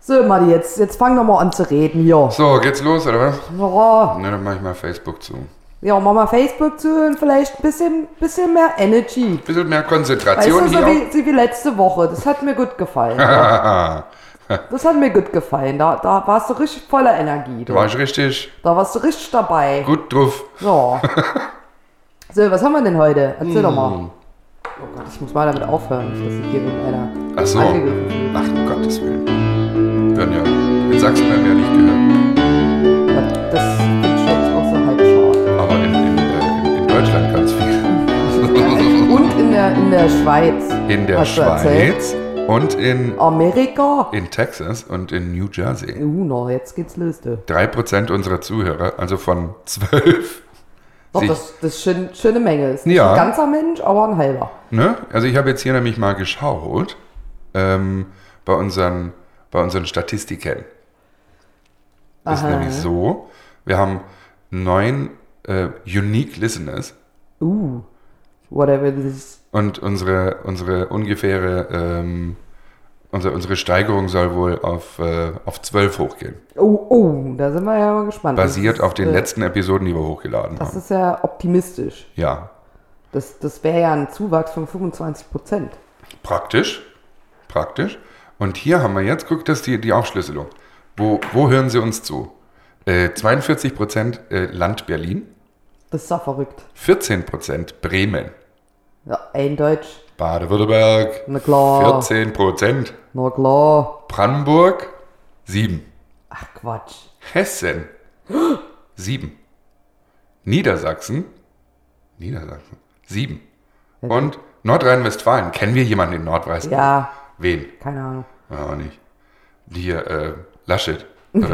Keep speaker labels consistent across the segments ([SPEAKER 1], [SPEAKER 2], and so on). [SPEAKER 1] So, Madi, jetzt, jetzt fang doch mal an zu reden hier.
[SPEAKER 2] So, geht's los, oder was?
[SPEAKER 1] Ja,
[SPEAKER 2] Ne, dann mach ich mal Facebook zu.
[SPEAKER 1] ja mach mal Facebook zu und vielleicht ein bisschen, bisschen mehr Energy.
[SPEAKER 2] Bisschen mehr
[SPEAKER 1] Weißt
[SPEAKER 2] Konzentration
[SPEAKER 1] du, so
[SPEAKER 2] hier.
[SPEAKER 1] wie, so wie letzte Woche. Das hat mir gut gefallen.
[SPEAKER 2] Hahaha.
[SPEAKER 1] Das hat mir gut gefallen. Da, da warst du richtig voller Energie.
[SPEAKER 2] da
[SPEAKER 1] Du.
[SPEAKER 2] war ich richtig
[SPEAKER 1] Da warst du richtig dabei.
[SPEAKER 2] gut drauf.
[SPEAKER 1] Ja. So, was haben wir denn heute? Erzähl doch
[SPEAKER 2] Hm.
[SPEAKER 1] mal. Oh Gott, ich muss mal damit aufhören, dass ich hier irgendeiner
[SPEAKER 2] Ach so.
[SPEAKER 1] angegriffen fühlt.
[SPEAKER 2] Ach, um Gottes Willen. Werden ja in Sachsen werden ja nicht
[SPEAKER 1] Das, das finde ich jetzt auch so halb schade.
[SPEAKER 2] gehört. Aber in, in, äh, in, in Deutschland ganz viel.
[SPEAKER 1] Und in der, in der Schweiz.
[SPEAKER 2] in der
[SPEAKER 1] Hast du erzählt?
[SPEAKER 2] Schweiz und in,
[SPEAKER 1] Amerika.
[SPEAKER 2] in Texas und in New Jersey.
[SPEAKER 1] Uh, na, jetzt geht's los, du.
[SPEAKER 2] Drei Prozent unserer Zuhörer, also von zwölf,
[SPEAKER 1] Doch,
[SPEAKER 2] Sie-
[SPEAKER 1] das, das ist schön, schöne Menge. Ist nicht
[SPEAKER 2] Ja.
[SPEAKER 1] ein ganzer Mensch, aber ein halber.
[SPEAKER 2] Ne? Also ich habe jetzt hier nämlich mal geschaut ähm, bei, unseren, bei unseren Statistiken. Das ist
[SPEAKER 1] Aha.
[SPEAKER 2] nämlich so, wir haben neun äh, Unique Listeners
[SPEAKER 1] Uh, whatever this is.
[SPEAKER 2] und unsere, unsere ungefähre, ähm, unsere, unsere Steigerung soll wohl auf, äh, auf zwölf hochgehen.
[SPEAKER 1] Oh, oh, da sind wir ja mal gespannt.
[SPEAKER 2] Basiert auf den
[SPEAKER 1] äh,
[SPEAKER 2] letzten Episoden, die wir hochgeladen
[SPEAKER 1] Das
[SPEAKER 2] haben.
[SPEAKER 1] ist ja optimistisch.
[SPEAKER 2] Ja,
[SPEAKER 1] Das, das wäre ja ein Zuwachs von 25 Prozent.
[SPEAKER 2] praktisch, praktisch. Und hier haben wir jetzt, guck, das ist die, die Aufschlüsselung. Wo, wo hören Sie uns zu? Äh, 42 Prozent äh, Land Berlin,
[SPEAKER 1] Das ist doch verrückt.
[SPEAKER 2] 14 Prozent Bremen,
[SPEAKER 1] Ja, ein Deutsch.
[SPEAKER 2] Baden-Württemberg,
[SPEAKER 1] Na klar.
[SPEAKER 2] 14 Prozent
[SPEAKER 1] Na klar.
[SPEAKER 2] Brandenburg, 7.
[SPEAKER 1] Ach Quatsch.
[SPEAKER 2] Hessen, 7. Niedersachsen, Niedersachsen, 7. Und Nordrhein-Westfalen. Kennen wir jemanden in Nordrhein?
[SPEAKER 1] Ja,
[SPEAKER 2] Wen?
[SPEAKER 1] keine Ahnung.
[SPEAKER 2] Ja, auch nicht. Hier, äh, Laschet.
[SPEAKER 1] Ja,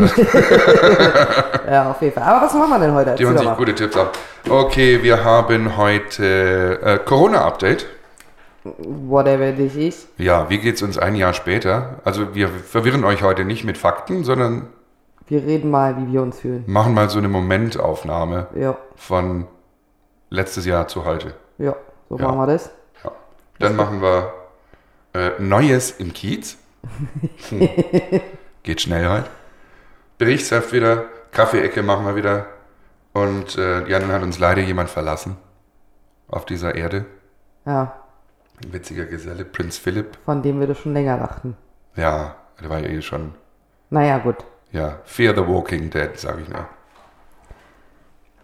[SPEAKER 1] auf jeden Fall. Aber was machen wir denn heute?
[SPEAKER 2] Die
[SPEAKER 1] Erzähl
[SPEAKER 2] hören
[SPEAKER 1] doch
[SPEAKER 2] sich
[SPEAKER 1] mal.
[SPEAKER 2] gute Tipps ab. Okay, wir haben heute äh, Corona-Update.
[SPEAKER 1] Whatever this is.
[SPEAKER 2] Ja, wie geht's uns ein Jahr später? Also wir verwirren euch heute nicht mit Fakten, sondern
[SPEAKER 1] Wir reden mal, wie wir uns fühlen.
[SPEAKER 2] machen mal so eine Momentaufnahme
[SPEAKER 1] Ja,
[SPEAKER 2] von letztes Jahr zu heute.
[SPEAKER 1] ja. So
[SPEAKER 2] Ja.
[SPEAKER 1] machen wir das.
[SPEAKER 2] Ja. Dann machen wir äh, Neues im Kiez. Hm. Geht schnell heute. Berichtshaft wieder, Kaffeeecke machen wir wieder. Und äh, ja, dann hat uns leider jemand verlassen auf dieser Erde.
[SPEAKER 1] Ja,
[SPEAKER 2] Ein witziger Geselle, Prinz Philipp.
[SPEAKER 1] von dem wir das schon länger dachten.
[SPEAKER 2] Ja, der war ja eh schon.
[SPEAKER 1] Naja, gut.
[SPEAKER 2] Ja, Fear the Walking Dead, sag ich mal.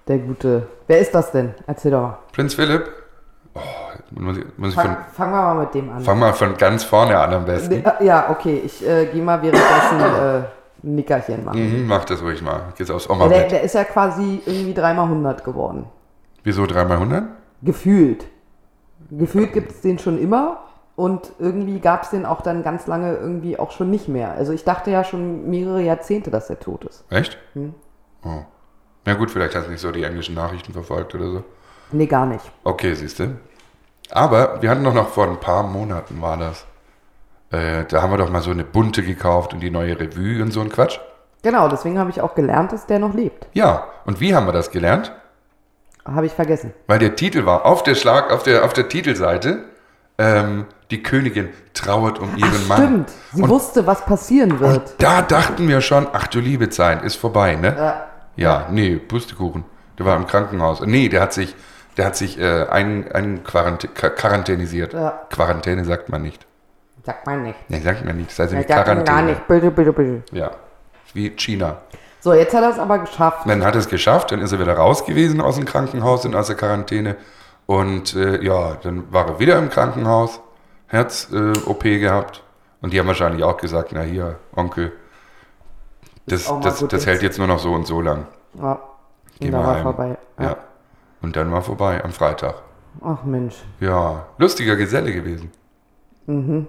[SPEAKER 1] Der gute. Wer ist das denn? Erzähl doch mal.
[SPEAKER 2] Prinz Philipp. Oh, jetzt muss ich, muss ich von,
[SPEAKER 1] Fang, fangen wir mal mit dem an.
[SPEAKER 2] fang mal von ganz vorne an am
[SPEAKER 1] Nee,
[SPEAKER 2] besten.
[SPEAKER 1] äh, Ja, okay. Ich äh, gehe mal währenddessen äh, ein Nickerchen machen.
[SPEAKER 2] Mhm, mach das ruhig mal. Geht's aufs
[SPEAKER 1] Ja, der,
[SPEAKER 2] Oma-Bett.
[SPEAKER 1] der ist ja quasi irgendwie dreimal 100 geworden.
[SPEAKER 2] Wieso 3x100?
[SPEAKER 1] Gefühlt. Gefühlt gibt es den schon immer und irgendwie gab es den auch dann ganz lange irgendwie auch schon nicht mehr. Also ich dachte ja schon mehrere Jahrzehnte, dass er tot ist.
[SPEAKER 2] Echt?
[SPEAKER 1] Hm.
[SPEAKER 2] Oh. Na gut, vielleicht hast du nicht so die englischen Nachrichten verfolgt oder so.
[SPEAKER 1] Nee, gar nicht.
[SPEAKER 2] Okay, siehst du. Aber wir hatten doch noch vor ein paar Monaten war das. Äh, da haben wir doch mal so eine bunte gekauft und die neue Revue und so ein Quatsch.
[SPEAKER 1] Genau, deswegen habe ich auch gelernt, dass der noch lebt.
[SPEAKER 2] Ja, und wie haben wir das gelernt?
[SPEAKER 1] Habe ich vergessen.
[SPEAKER 2] Weil der Titel war auf der Schlag, auf der, auf der Titelseite, ähm, die Königin trauert um ihren Mann.
[SPEAKER 1] Stimmt, sie wusste, was passieren wird.
[SPEAKER 2] Da dachten wir schon, ach du liebe Zeit, ist vorbei, ne?
[SPEAKER 1] Ja.
[SPEAKER 2] Ja, nee, Pustekuchen. Der war im Krankenhaus. Nee, der hat sich, der hat sich äh, ein, ein Quarantä Ka- quarantänisiert.
[SPEAKER 1] Ja.
[SPEAKER 2] Quarantäne sagt man nicht.
[SPEAKER 1] Sagt man nicht.
[SPEAKER 2] Nee, sagt man nicht. Das heißt
[SPEAKER 1] Ja,
[SPEAKER 2] nämlich
[SPEAKER 1] sagt man
[SPEAKER 2] Quarantäne.
[SPEAKER 1] gar nicht. Bitte, bitte, bitte.
[SPEAKER 2] Ja. Wie China.
[SPEAKER 1] So, jetzt hat er es aber geschafft.
[SPEAKER 2] Dann hat er es geschafft, dann ist er wieder raus gewesen aus dem Krankenhaus und aus der Quarantäne. Und äh, ja, dann war er wieder im Krankenhaus, Herz-OP gehabt. Und die haben wahrscheinlich auch gesagt, na hier, Onkel, das,
[SPEAKER 1] Ist auch mal
[SPEAKER 2] das,
[SPEAKER 1] gut
[SPEAKER 2] das hält jetzt nur noch so und so lang.
[SPEAKER 1] Ja.
[SPEAKER 2] Geh
[SPEAKER 1] Und da
[SPEAKER 2] mal
[SPEAKER 1] war
[SPEAKER 2] heim.
[SPEAKER 1] vorbei.
[SPEAKER 2] Ja. Und dann war vorbei am Freitag.
[SPEAKER 1] Ach Mensch.
[SPEAKER 2] Ja, lustiger Geselle gewesen.
[SPEAKER 1] Mhm.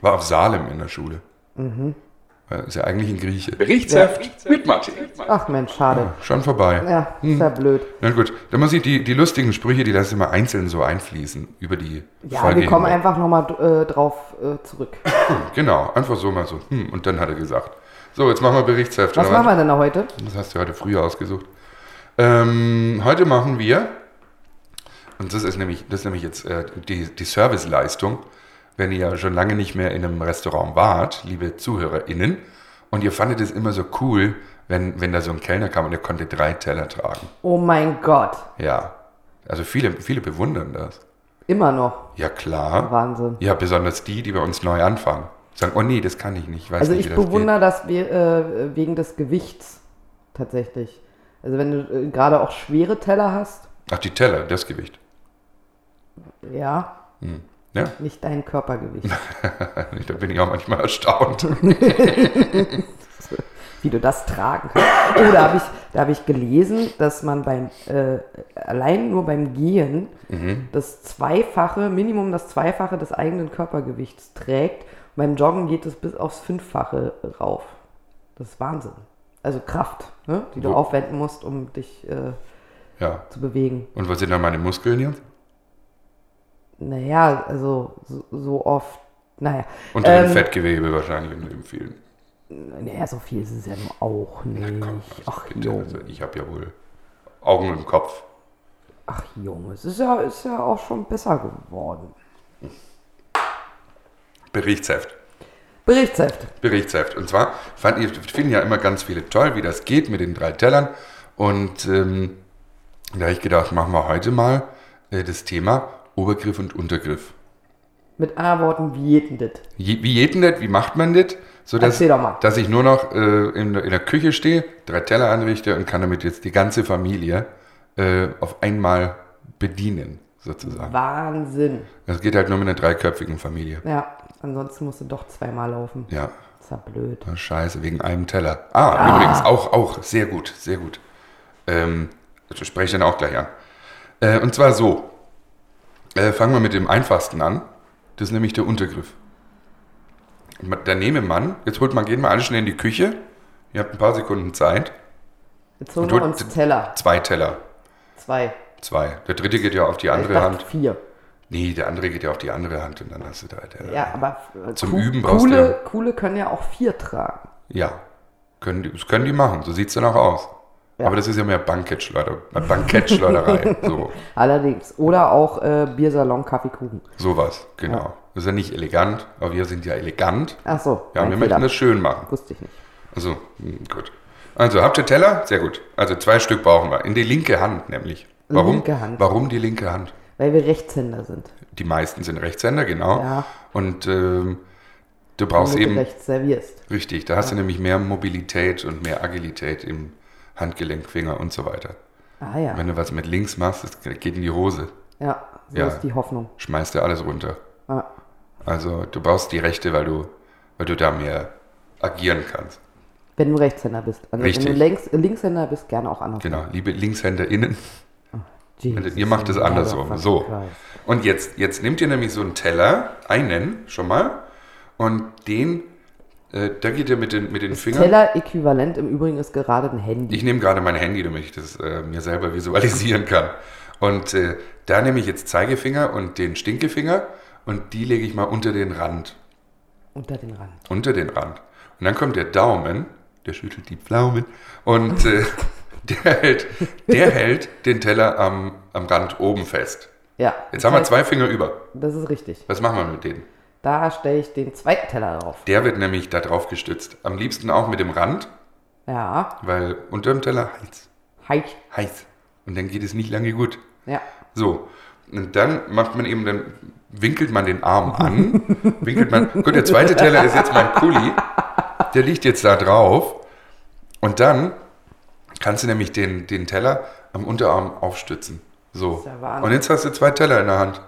[SPEAKER 2] War auf Salem in der Schule. Weil Ist ja eigentlich ein Grieche. Berichtsheft mit Martin.
[SPEAKER 1] Ach Mensch, schade.
[SPEAKER 2] Schon vorbei.
[SPEAKER 1] Ja,
[SPEAKER 2] Hm.
[SPEAKER 1] ist ja blöd.
[SPEAKER 2] Na gut, dann muss ich die, die lustigen Sprüche, die lasse ich mal einzeln so einfließen über die
[SPEAKER 1] Ja,
[SPEAKER 2] Folge.
[SPEAKER 1] wir kommen
[SPEAKER 2] hinweg.
[SPEAKER 1] einfach nochmal äh, drauf äh, zurück.
[SPEAKER 2] Genau, einfach so mal so. Hm, und dann hat er gesagt. So, jetzt machen wir Berichtsheft.
[SPEAKER 1] Was
[SPEAKER 2] oder
[SPEAKER 1] machen wir denn da heute?
[SPEAKER 2] Das hast du heute früher ausgesucht. Ähm, heute machen wir, und das ist nämlich, das ist nämlich jetzt äh, die, die Serviceleistung, wenn ihr schon lange nicht mehr in einem Restaurant wart, liebe ZuhörerInnen, und ihr fandet es immer so cool, wenn, wenn da so ein Kellner kam und der konnte drei Teller tragen.
[SPEAKER 1] Oh mein Gott.
[SPEAKER 2] Ja. Also viele, viele bewundern das.
[SPEAKER 1] Immer noch.
[SPEAKER 2] Ja, klar.
[SPEAKER 1] Wahnsinn.
[SPEAKER 2] Ja, besonders die, die bei uns neu anfangen. Sagen, oh nee, das kann ich nicht. Weiß
[SPEAKER 1] Also
[SPEAKER 2] nicht,
[SPEAKER 1] ich bewundere das we äh, wegen des Gewichts tatsächlich. Also wenn du äh, gerade auch schwere Teller hast,
[SPEAKER 2] das geht. Ach, die Teller, das Gewicht.
[SPEAKER 1] ja,
[SPEAKER 2] Ja,
[SPEAKER 1] nicht dein Körpergewicht.
[SPEAKER 2] da bin ich auch manchmal erstaunt.
[SPEAKER 1] wie du das tragen kannst. Oh, da habe ich, da hab ich gelesen, dass man beim, äh, allein nur beim Gehen
[SPEAKER 2] Mhm,
[SPEAKER 1] das Zweifache, Minimum das Zweifache des eigenen Körpergewichts trägt. Und beim Joggen geht es bis aufs Fünffache rauf. Das ist Wahnsinn. Also Kraft, ne? die du
[SPEAKER 2] Wo-
[SPEAKER 1] aufwenden musst, um dich äh,
[SPEAKER 2] Ja.
[SPEAKER 1] zu bewegen.
[SPEAKER 2] Und was sind dann meine Muskeln jetzt?
[SPEAKER 1] Naja, also so, so oft, naja.
[SPEAKER 2] Unter dem
[SPEAKER 1] Ähm,
[SPEAKER 2] Fettgewebe wahrscheinlich und dem vielen.
[SPEAKER 1] Naja, so viel ist es ja nun auch nicht.
[SPEAKER 2] Komm, also
[SPEAKER 1] Ach,
[SPEAKER 2] bitte,
[SPEAKER 1] Junge.
[SPEAKER 2] also ich habe ja wohl Augen im Kopf.
[SPEAKER 1] Ach Junge, es ist ja, ist ja auch schon besser geworden.
[SPEAKER 2] Berichtsheft.
[SPEAKER 1] Berichtsheft.
[SPEAKER 2] Berichtsheft. Und zwar fand ich, finden ja immer ganz viele toll, wie das geht mit den drei Tellern. Und ähm, da habe ich gedacht, machen wir heute mal äh, das Thema Obergriff und Untergriff.
[SPEAKER 1] Mit anderen Worten, wie jeden das?
[SPEAKER 2] Je, wie geht denn das? Wie macht man das? So dass,
[SPEAKER 1] Erzähl doch mal.
[SPEAKER 2] dass ich nur noch äh, in, der- in der Küche stehe, drei Teller anrichte und kann damit jetzt die ganze Familie äh, auf einmal bedienen, sozusagen.
[SPEAKER 1] Wahnsinn.
[SPEAKER 2] Das geht halt nur mit einer dreiköpfigen Familie.
[SPEAKER 1] Ja, ansonsten musst du doch zweimal laufen.
[SPEAKER 2] Ja,
[SPEAKER 1] Ist ja blöd.
[SPEAKER 2] Ah, Scheiße, wegen einem Teller. Ah, übrigens, auch, auch, sehr gut, sehr gut. Ähm, das spreche ich dann auch gleich an. Äh, und zwar so, äh, fangen wir mit dem einfachsten an. Das ist nämlich der Untergriff. Ma- Da nehme man, jetzt holt man, gehen wir alle schnell in die Küche. Ihr habt ein paar Sekunden Zeit.
[SPEAKER 1] Jetzt holen
[SPEAKER 2] Und
[SPEAKER 1] wir
[SPEAKER 2] du-
[SPEAKER 1] uns Teller.
[SPEAKER 2] Zwei Teller.
[SPEAKER 1] Zwei.
[SPEAKER 2] Zwei. Der dritte geht ja auf die andere
[SPEAKER 1] ich dachte
[SPEAKER 2] Hand.
[SPEAKER 1] vier.
[SPEAKER 2] Nee, der andere geht ja auf die andere Hand und dann hast du drei Teller.
[SPEAKER 1] Ja, aber äh,
[SPEAKER 2] Zum
[SPEAKER 1] Kuh-
[SPEAKER 2] Üben brauchst du
[SPEAKER 1] coole, coole können ja auch vier tragen.
[SPEAKER 2] Ja, können, die- das können die machen. So sieht es dann auch aus.
[SPEAKER 1] Ja.
[SPEAKER 2] Aber das ist ja mehr Bankettschleuder, äh, Bankettschleuderei. so,
[SPEAKER 1] Allerdings. Oder auch äh, Biersalon, Kaffeekuchen.
[SPEAKER 2] sowas, genau. Das ist ja nicht elegant, aber wir sind ja elegant.
[SPEAKER 1] Ach so.
[SPEAKER 2] Ja,
[SPEAKER 1] mein Fehler.
[SPEAKER 2] wir möchten das schön machen.
[SPEAKER 1] Wusste ich nicht.
[SPEAKER 2] Also, hm, gut. Also, habt ihr Teller? Sehr gut. Also, zwei Stück brauchen wir. In die linke Hand nämlich. Warum?
[SPEAKER 1] Linke Hand.
[SPEAKER 2] Warum die linke Hand?
[SPEAKER 1] Weil wir Rechtshänder sind.
[SPEAKER 2] Die meisten sind Rechtshänder, genau.
[SPEAKER 1] Ja.
[SPEAKER 2] Und ähm, du
[SPEAKER 1] Wenn
[SPEAKER 2] brauchst
[SPEAKER 1] du
[SPEAKER 2] eben
[SPEAKER 1] rechts servierst.
[SPEAKER 2] Richtig, da hast du nämlich mehr Mobilität und mehr Agilität im Handgelenk, Finger und so weiter.
[SPEAKER 1] Ah ja.
[SPEAKER 2] Wenn du was mit links machst, das geht in die Hose,
[SPEAKER 1] ja, so
[SPEAKER 2] Ja.
[SPEAKER 1] ist die Hoffnung.
[SPEAKER 2] schmeißt dir alles runter.
[SPEAKER 1] Ah.
[SPEAKER 2] Also du brauchst die rechte, weil du, weil du da mehr agieren kannst.
[SPEAKER 1] Wenn du Rechtshänder bist. Also wenn
[SPEAKER 2] Richtig.
[SPEAKER 1] du Links, Linkshänder bist, gerne auch anders.
[SPEAKER 2] Genau, liebe LinkshänderInnen,
[SPEAKER 1] Jesus,
[SPEAKER 2] ihr macht es andersrum.
[SPEAKER 1] motherfucking
[SPEAKER 2] So.
[SPEAKER 1] Christ.
[SPEAKER 2] Und jetzt, jetzt nehmt ihr nämlich so einen Teller, einen schon mal, und den, äh, da geht ihr mit den, mit den Fingern.
[SPEAKER 1] Teller-Äquivalent im Übrigen ist gerade ein Handy.
[SPEAKER 2] Ich nehme gerade mein Handy, damit ich das äh, mir selber visualisieren kann. Und äh, da nehme ich jetzt Zeigefinger und den Stinkefinger und die lege ich mal unter den Rand.
[SPEAKER 1] Unter den Rand.
[SPEAKER 2] Unter den Rand. Und dann kommt der Daumen, der schüttelt die Pflaumen und äh, der, hält, der hält den Teller am, am Rand oben fest.
[SPEAKER 1] Ja.
[SPEAKER 2] Jetzt haben wir zwei Finger über.
[SPEAKER 1] Das ist richtig.
[SPEAKER 2] Was machen wir mit denen?
[SPEAKER 1] Da stelle ich den zweiten Teller drauf.
[SPEAKER 2] Der wird nämlich da drauf gestützt. Am liebsten auch mit dem Rand,
[SPEAKER 1] Ja.
[SPEAKER 2] weil unter dem Teller heiß,
[SPEAKER 1] Heich.
[SPEAKER 2] heiß. Und dann geht es nicht lange gut.
[SPEAKER 1] Ja.
[SPEAKER 2] So. Und dann macht man eben, dann winkelt man den Arm an. winkelt man. Gut, der zweite Teller ist jetzt mein Pulli. Der liegt jetzt da drauf. Und dann kannst du nämlich den, den Teller am Unterarm aufstützen. So.
[SPEAKER 1] Ist ja Wahnsinn.
[SPEAKER 2] Und jetzt hast du zwei Teller in der Hand.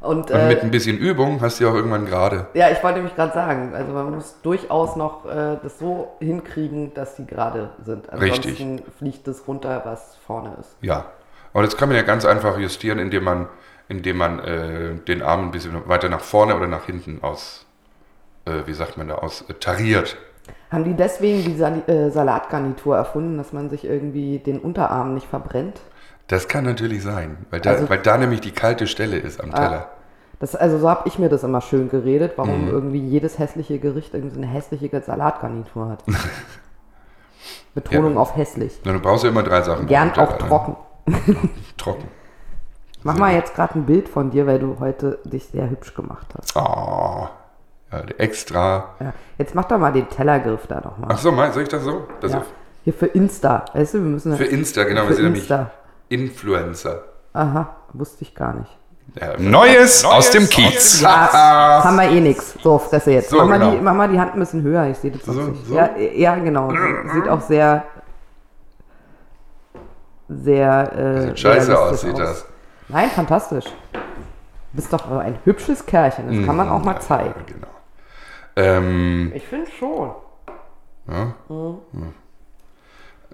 [SPEAKER 1] Und,
[SPEAKER 2] Und
[SPEAKER 1] äh,
[SPEAKER 2] mit ein bisschen Übung hast du die auch irgendwann gerade.
[SPEAKER 1] ja, ich wollte nämlich gerade sagen, also man muss durchaus noch äh, das so hinkriegen, dass die gerade sind.
[SPEAKER 2] Richtig.
[SPEAKER 1] Ansonsten fliegt das runter, was vorne ist.
[SPEAKER 2] Ja. Aber das kann man ja ganz einfach justieren, indem man, indem man äh, den Arm ein bisschen weiter nach vorne oder nach hinten aus, äh, wie sagt man da, aus äh, tariert.
[SPEAKER 1] Haben die deswegen die Sal äh, Salatgarnitur erfunden, dass man sich irgendwie den Unterarm nicht verbrennt?
[SPEAKER 2] Das kann natürlich sein, weil da,
[SPEAKER 1] Also- Ah.
[SPEAKER 2] weil da nämlich die kalte Stelle ist am Teller.
[SPEAKER 1] Das, also so habe ich mir das immer schön geredet, warum
[SPEAKER 2] Mhm.
[SPEAKER 1] irgendwie jedes hässliche Gericht irgendwie so eine hässliche Salatgarnitur hat. Betonung auf hässlich.
[SPEAKER 2] Na, Du brauchst ja immer drei Sachen. um
[SPEAKER 1] Gern
[SPEAKER 2] am Teller,
[SPEAKER 1] auch
[SPEAKER 2] ne?
[SPEAKER 1] trocken.
[SPEAKER 2] Trocken.
[SPEAKER 1] Mach mal jetzt gerade ein Bild von dir, weil du heute dich sehr hübsch gemacht hast.
[SPEAKER 2] Oh, ja, extra.
[SPEAKER 1] Ja. Jetzt mach doch mal den Tellergriff da nochmal.
[SPEAKER 2] Ach so, mal, soll ich das so? Das
[SPEAKER 1] Ja. Hier für Insta, weißt du, wir müssen
[SPEAKER 2] Für Insta, genau, wir
[SPEAKER 1] für
[SPEAKER 2] sind nämlich
[SPEAKER 1] Insta.
[SPEAKER 2] Influencer.
[SPEAKER 1] Aha, wusste ich gar nicht.
[SPEAKER 2] Ja, Neues, aus dem Kiez. Ah.
[SPEAKER 1] Ja, haben wir eh nix. So, Fresse jetzt.
[SPEAKER 2] So,
[SPEAKER 1] mach, mal
[SPEAKER 2] genau.
[SPEAKER 1] die, mach mal die Hand ein bisschen höher, ich sehe das
[SPEAKER 2] So,
[SPEAKER 1] sonst nicht.
[SPEAKER 2] so? Mhm.
[SPEAKER 1] Ja, ja, genau. Sie- Sieht auch sehr. sehr. Äh,
[SPEAKER 2] Sieht scheiße aus,
[SPEAKER 1] realistisch
[SPEAKER 2] sieht das.
[SPEAKER 1] Nein, fantastisch. Du bist doch ein hübsches Kerlchen, das kann man auch mal
[SPEAKER 2] Ja,
[SPEAKER 1] zeigen.
[SPEAKER 2] Genau. Ähm,
[SPEAKER 1] Ich finde schon.
[SPEAKER 2] ja.
[SPEAKER 1] Mhm.
[SPEAKER 2] Ja.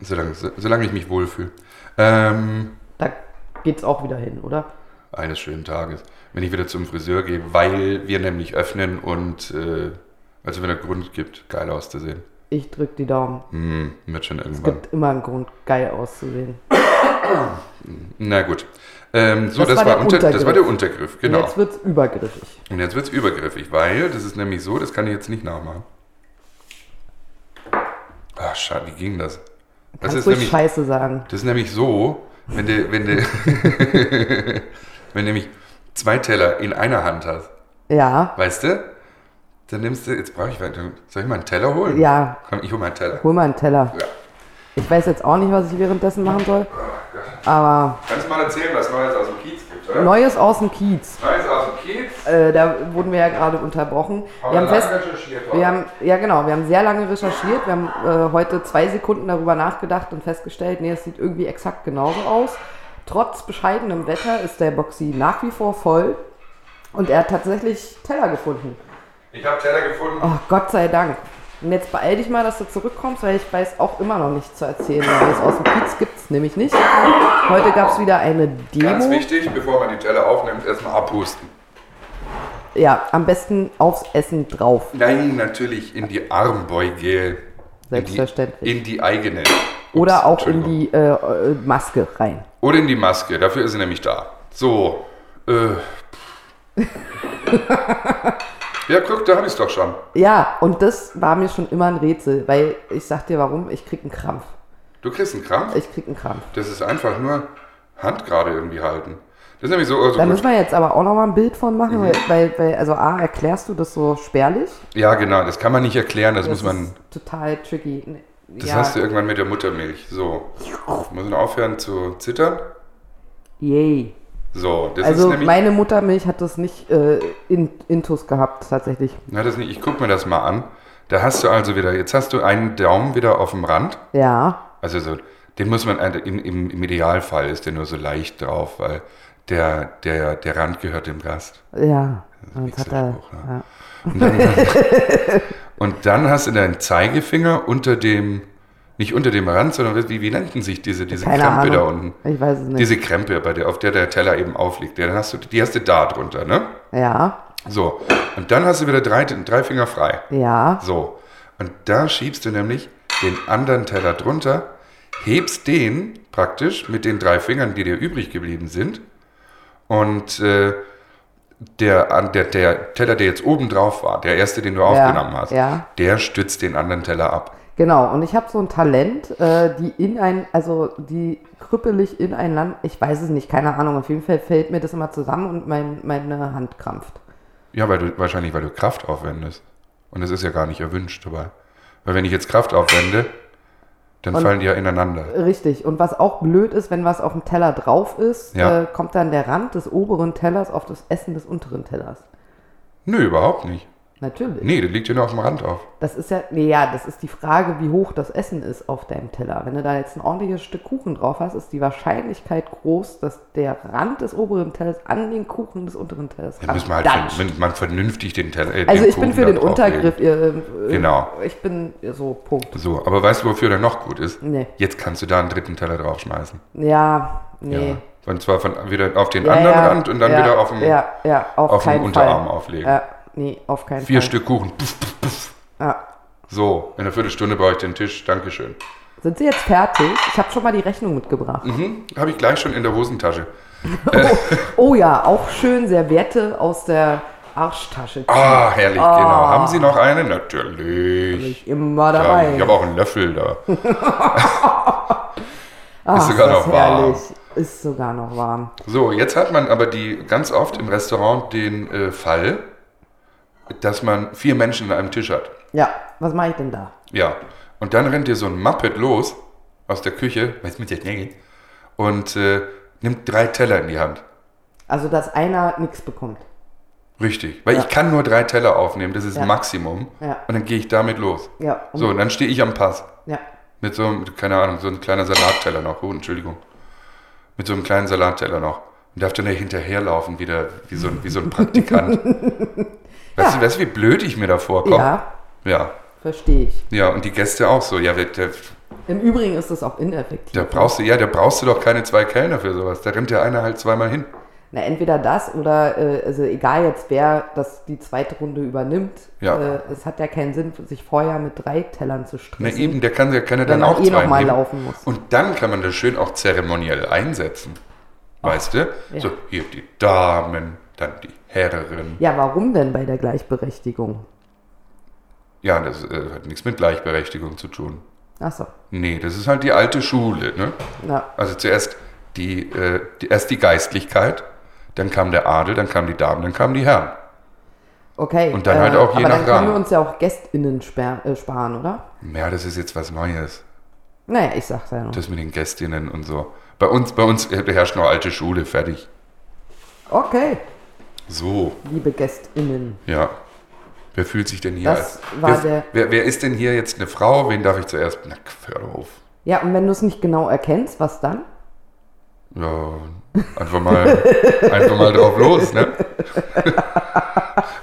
[SPEAKER 2] Solange, so- solange ich mich wohlfühle. Ähm,
[SPEAKER 1] Da geht's auch wieder hin, oder?
[SPEAKER 2] eines schönen Tages, wenn ich wieder zum Friseur gehe, weil wir nämlich öffnen und äh, also wenn der Grund gibt, geil auszusehen.
[SPEAKER 1] Ich drück die Daumen.
[SPEAKER 2] Hm, wird schon
[SPEAKER 1] Es
[SPEAKER 2] irgendwann.
[SPEAKER 1] gibt immer einen Grund, geil auszusehen.
[SPEAKER 2] Na gut. Ähm, so,
[SPEAKER 1] Das
[SPEAKER 2] das,
[SPEAKER 1] war
[SPEAKER 2] war
[SPEAKER 1] der
[SPEAKER 2] unter, das war
[SPEAKER 1] Untergriff.
[SPEAKER 2] der Untergriff, genau.
[SPEAKER 1] Und jetzt wird's übergriffig.
[SPEAKER 2] Und jetzt wird es übergriffig, weil das ist nämlich so, das kann ich jetzt nicht nachmachen. Ach, schade, wie ging das? Das
[SPEAKER 1] Kannst
[SPEAKER 2] ist,
[SPEAKER 1] ruhig
[SPEAKER 2] nämlich,
[SPEAKER 1] Scheiße sagen.
[SPEAKER 2] das ist nämlich so, wenn du, wenn du, wenn du nämlich zwei Teller in einer Hand hast,
[SPEAKER 1] Ja,
[SPEAKER 2] weißt du, dann nimmst du, jetzt brauche ich weiter, soll ich mal einen Teller holen?
[SPEAKER 1] ja.
[SPEAKER 2] Komm, ich hole mal einen Teller.
[SPEAKER 1] Hol mal einen Teller.
[SPEAKER 2] Ja.
[SPEAKER 1] Ich weiß jetzt auch nicht, was ich währenddessen machen soll. Aber
[SPEAKER 2] Kannst du mal erzählen, was Neues aus dem Kiez gibt, oder?
[SPEAKER 1] Neues aus dem Kiez.
[SPEAKER 2] Neues aus dem Kiez?
[SPEAKER 1] Äh, da wurden wir ja gerade unterbrochen. Wir haben,
[SPEAKER 2] lange
[SPEAKER 1] fest,
[SPEAKER 2] recherchiert,
[SPEAKER 1] wir haben ja genau, wir haben sehr lange recherchiert. Wir haben äh, heute zwei Sekunden darüber nachgedacht und festgestellt, nee, es sieht irgendwie exakt genauso aus. Trotz bescheidenem Wetter ist der Boxy nach wie vor voll und er hat tatsächlich Teller gefunden.
[SPEAKER 2] ich habe Teller gefunden.
[SPEAKER 1] Oh, Gott sei Dank. Und jetzt beeil dich mal, dass du zurückkommst, weil ich weiß auch immer noch nichts zu erzählen. Neues aus dem Kiez gibt es nämlich nicht. Heute gab es wieder eine
[SPEAKER 2] Ganz
[SPEAKER 1] Demo.
[SPEAKER 2] wichtig, bevor man die Teller aufnimmt, erstmal abhusten.
[SPEAKER 1] Ja, am besten aufs Essen drauf.
[SPEAKER 2] Nein, natürlich in die Armbeuge.
[SPEAKER 1] Selbstverständlich.
[SPEAKER 2] In die, in die eigene. Ups,
[SPEAKER 1] Oder auch in
[SPEAKER 2] Entschuldigung.
[SPEAKER 1] die äh, äh, Maske rein.
[SPEAKER 2] Oder in die Maske, dafür ist sie nämlich da. So. Äh. ja, guck, da habe ich es doch schon.
[SPEAKER 1] Ja, und das war mir schon immer ein Rätsel, weil ich sag dir warum, ich krieg einen Krampf.
[SPEAKER 2] Du kriegst einen Krampf.
[SPEAKER 1] Ich krieg einen Krampf.
[SPEAKER 2] Das ist einfach nur Hand gerade irgendwie halten. Das ist nämlich so. Also
[SPEAKER 1] Da
[SPEAKER 2] gut. Mhm.
[SPEAKER 1] müssen wir jetzt aber auch nochmal ein Bild von machen, weil, weil, weil, also A, erklärst du das so spärlich?
[SPEAKER 2] Ja, genau, das kann man nicht erklären, das,
[SPEAKER 1] Das
[SPEAKER 2] muss man.
[SPEAKER 1] ist total tricky. Nee,
[SPEAKER 2] Das
[SPEAKER 1] ja.
[SPEAKER 2] hast du irgendwann mit der Muttermilch. So. Muss man aufhören zu zittern.
[SPEAKER 1] Yay.
[SPEAKER 2] So, das
[SPEAKER 1] Also
[SPEAKER 2] ist nämlich.
[SPEAKER 1] meine Muttermilch hat das nicht äh, in, intus gehabt, tatsächlich.
[SPEAKER 2] Na, das nicht. Ich guck mir das mal an. Da hast du also wieder, jetzt hast du einen Daumen wieder auf dem Rand.
[SPEAKER 1] Ja,
[SPEAKER 2] Also so, den muss man, im, im, im Idealfall ist der nur so leicht drauf, weil der, der, der Rand gehört dem Gast.
[SPEAKER 1] ja. Und
[SPEAKER 2] nix
[SPEAKER 1] jetzt hat
[SPEAKER 2] der
[SPEAKER 1] er, ja.
[SPEAKER 2] Spruch, ne? Und dann, und dann hast du deinen Zeigefinger unter dem, nicht unter dem Rand, sondern wie, wie nannten sich diese, diese
[SPEAKER 1] Keine
[SPEAKER 2] Krempe
[SPEAKER 1] Ahnung.
[SPEAKER 2] da unten?
[SPEAKER 1] Ich weiß es nicht.
[SPEAKER 2] Diese Krempe, bei der, auf der der Teller eben aufliegt. Ja, Dann hast du, die hast du da drunter, ne?
[SPEAKER 1] ja,
[SPEAKER 2] So. Und dann hast du wieder drei, drei Finger frei.
[SPEAKER 1] ja.
[SPEAKER 2] So, und da schiebst du nämlich den anderen Teller drunter, hebst den praktisch mit den drei Fingern, die dir übrig geblieben sind. Und äh, der, an- der, der Teller, der jetzt oben drauf war, der erste, den du aufgenommen hast,
[SPEAKER 1] ja.
[SPEAKER 2] der stützt den anderen Teller ab.
[SPEAKER 1] Genau, und ich habe so ein Talent, äh, die in ein, also die krüppelig in ein Land, ich weiß es nicht, keine Ahnung, auf jeden Fall fällt mir das immer zusammen und mein, meine Hand krampft.
[SPEAKER 2] Ja, weil du, wahrscheinlich, weil du Kraft aufwendest. Und das ist ja gar nicht erwünscht dabei. Weil wenn ich jetzt Kraft aufwende, dann
[SPEAKER 1] Und-
[SPEAKER 2] fallen die ja ineinander.
[SPEAKER 1] Richtig, und was auch blöd ist, wenn was auf dem Teller drauf ist,
[SPEAKER 2] Ja.
[SPEAKER 1] äh, kommt dann der Rand des oberen Tellers auf das Essen des unteren Tellers.
[SPEAKER 2] Nö, überhaupt nicht.
[SPEAKER 1] Natürlich.
[SPEAKER 2] Nee, der liegt ja nur auf dem Rand auf.
[SPEAKER 1] Das ist ja, nee, ja, das ist die Frage, wie hoch das Essen ist auf deinem Teller. Wenn du da jetzt ein ordentliches Stück Kuchen drauf hast, ist die Wahrscheinlichkeit groß, dass der Rand des oberen Tellers an den Kuchen des unteren Tellers
[SPEAKER 2] Dann müssen wir halt
[SPEAKER 1] randatscht.
[SPEAKER 2] wenn man vernünftig den Teller. Äh,
[SPEAKER 1] Also
[SPEAKER 2] den
[SPEAKER 1] ich bin
[SPEAKER 2] Kuchen
[SPEAKER 1] für
[SPEAKER 2] da
[SPEAKER 1] den
[SPEAKER 2] drauf
[SPEAKER 1] Untergriff.
[SPEAKER 2] legen.
[SPEAKER 1] Ihr, äh,
[SPEAKER 2] Genau.
[SPEAKER 1] Ich bin so, Punkt.
[SPEAKER 2] So, aber weißt du, wofür der noch gut ist?
[SPEAKER 1] Nee.
[SPEAKER 2] Jetzt kannst du da einen dritten Teller draufschmeißen.
[SPEAKER 1] Ja, nee.
[SPEAKER 2] Ja. Und zwar von, wieder auf den
[SPEAKER 1] Ja,
[SPEAKER 2] anderen
[SPEAKER 1] ja,
[SPEAKER 2] Rand und dann
[SPEAKER 1] ja,
[SPEAKER 2] wieder auf dem.
[SPEAKER 1] ja, ja, auf
[SPEAKER 2] auf dem
[SPEAKER 1] keinen
[SPEAKER 2] Unterarm
[SPEAKER 1] Fall.
[SPEAKER 2] auflegen.
[SPEAKER 1] Ja, nee, auf keinen
[SPEAKER 2] Vier
[SPEAKER 1] Fall.
[SPEAKER 2] Stück Kuchen. Puff, puff, puff.
[SPEAKER 1] Ja.
[SPEAKER 2] So, in einer Viertelstunde brauche ich den Tisch. Dankeschön.
[SPEAKER 1] Sind Sie jetzt fertig? Ich habe schon mal die Rechnung mitgebracht.
[SPEAKER 2] Mhm, Habe ich gleich schon in der Hosentasche.
[SPEAKER 1] Oh ja, auch schön Serviette aus der Arschtasche.
[SPEAKER 2] Ah, herrlich, genau. Haben Sie noch eine? Natürlich.
[SPEAKER 1] Ich immer
[SPEAKER 2] Ja,
[SPEAKER 1] dabei.
[SPEAKER 2] ich habe auch einen Löffel da.
[SPEAKER 1] Ach,
[SPEAKER 2] sogar noch warm.
[SPEAKER 1] herrlich. Ist sogar noch warm.
[SPEAKER 2] So, jetzt hat man aber die ganz oft im Restaurant den äh, Fall, dass man vier Menschen an einem Tisch hat.
[SPEAKER 1] Ja, was mache ich denn da?
[SPEAKER 2] Ja. Und dann rennt dir so ein Muppet los aus der Küche, weiß mit der Nägel, und äh, nimmt drei Teller in die Hand.
[SPEAKER 1] Also, dass einer nichts bekommt.
[SPEAKER 2] Richtig. Weil
[SPEAKER 1] Ja.
[SPEAKER 2] ich kann nur drei Teller aufnehmen, das ist
[SPEAKER 1] Ja.
[SPEAKER 2] Maximum.
[SPEAKER 1] Ja.
[SPEAKER 2] Und dann gehe ich damit los.
[SPEAKER 1] Ja. und-
[SPEAKER 2] So, und dann stehe ich am Pass.
[SPEAKER 1] Ja.
[SPEAKER 2] Mit so einem, keine Ahnung, so ein kleiner Salatteller noch. Oh, Entschuldigung. Mit so einem kleinen Salatteller noch. Und darf dann ja hinterherlaufen, wieder wie so ein, wie so ein Praktikant. weißt,
[SPEAKER 1] Ja.
[SPEAKER 2] du, weißt du, wie blöd ich mir da vorkomme?
[SPEAKER 1] ja,
[SPEAKER 2] ja.
[SPEAKER 1] verstehe ich.
[SPEAKER 2] Ja, und die Gäste auch so. Ja, der, der,
[SPEAKER 1] Im Übrigen ist das auch ineffektiv.
[SPEAKER 2] der brauchst du, ja, da brauchst du doch keine zwei Kellner für sowas. Da rennt der eine halt zweimal hin.
[SPEAKER 1] Na, entweder das oder, äh, also egal jetzt wer das die zweite Runde übernimmt,
[SPEAKER 2] Ja.
[SPEAKER 1] äh, es hat ja keinen Sinn, sich vorher mit drei Tellern zu
[SPEAKER 2] Na
[SPEAKER 1] stressen,
[SPEAKER 2] Ne, eben, der kann ja keine
[SPEAKER 1] wenn
[SPEAKER 2] dann auch
[SPEAKER 1] man eh
[SPEAKER 2] zwei
[SPEAKER 1] nochmal
[SPEAKER 2] nehmen.
[SPEAKER 1] laufen muss.
[SPEAKER 2] Und dann kann man das schön auch zeremoniell einsetzen. Weißt du?
[SPEAKER 1] ja.
[SPEAKER 2] So, hier die Damen, dann die Herren.
[SPEAKER 1] Ja, warum denn bei der Gleichberechtigung?
[SPEAKER 2] Ja, das äh, hat nichts mit Gleichberechtigung zu tun.
[SPEAKER 1] Achso,
[SPEAKER 2] Nee, das ist halt die alte Schule. Ne?
[SPEAKER 1] na,
[SPEAKER 2] Also zuerst die, äh, die, erst die Geistlichkeit, dann kam der Adel, dann kamen die Damen, dann kamen die Herren.
[SPEAKER 1] okay. äh,
[SPEAKER 2] Und dann halt auch je
[SPEAKER 1] Aber
[SPEAKER 2] nach
[SPEAKER 1] dann können wir
[SPEAKER 2] Rang.
[SPEAKER 1] uns ja auch GästInnen sperr- äh, sparen, oder?
[SPEAKER 2] Ja, das ist jetzt was Neues.
[SPEAKER 1] Naja, ich sag's ja noch.
[SPEAKER 2] Das mit den Gästinnen und so. Bei uns, bei uns äh, herrscht noch alte Schule, fertig.
[SPEAKER 1] Okay,
[SPEAKER 2] So,
[SPEAKER 1] liebe GästInnen.
[SPEAKER 2] ja. Wer fühlt sich denn hier
[SPEAKER 1] Das
[SPEAKER 2] als.
[SPEAKER 1] war
[SPEAKER 2] wer,
[SPEAKER 1] der-
[SPEAKER 2] wer, wer ist denn hier jetzt eine Frau? Wen darf ich zuerst. Na, hör doch auf.
[SPEAKER 1] Ja, und wenn du es nicht genau erkennst, was dann?
[SPEAKER 2] Ja, einfach mal, einfach mal drauf los, ne?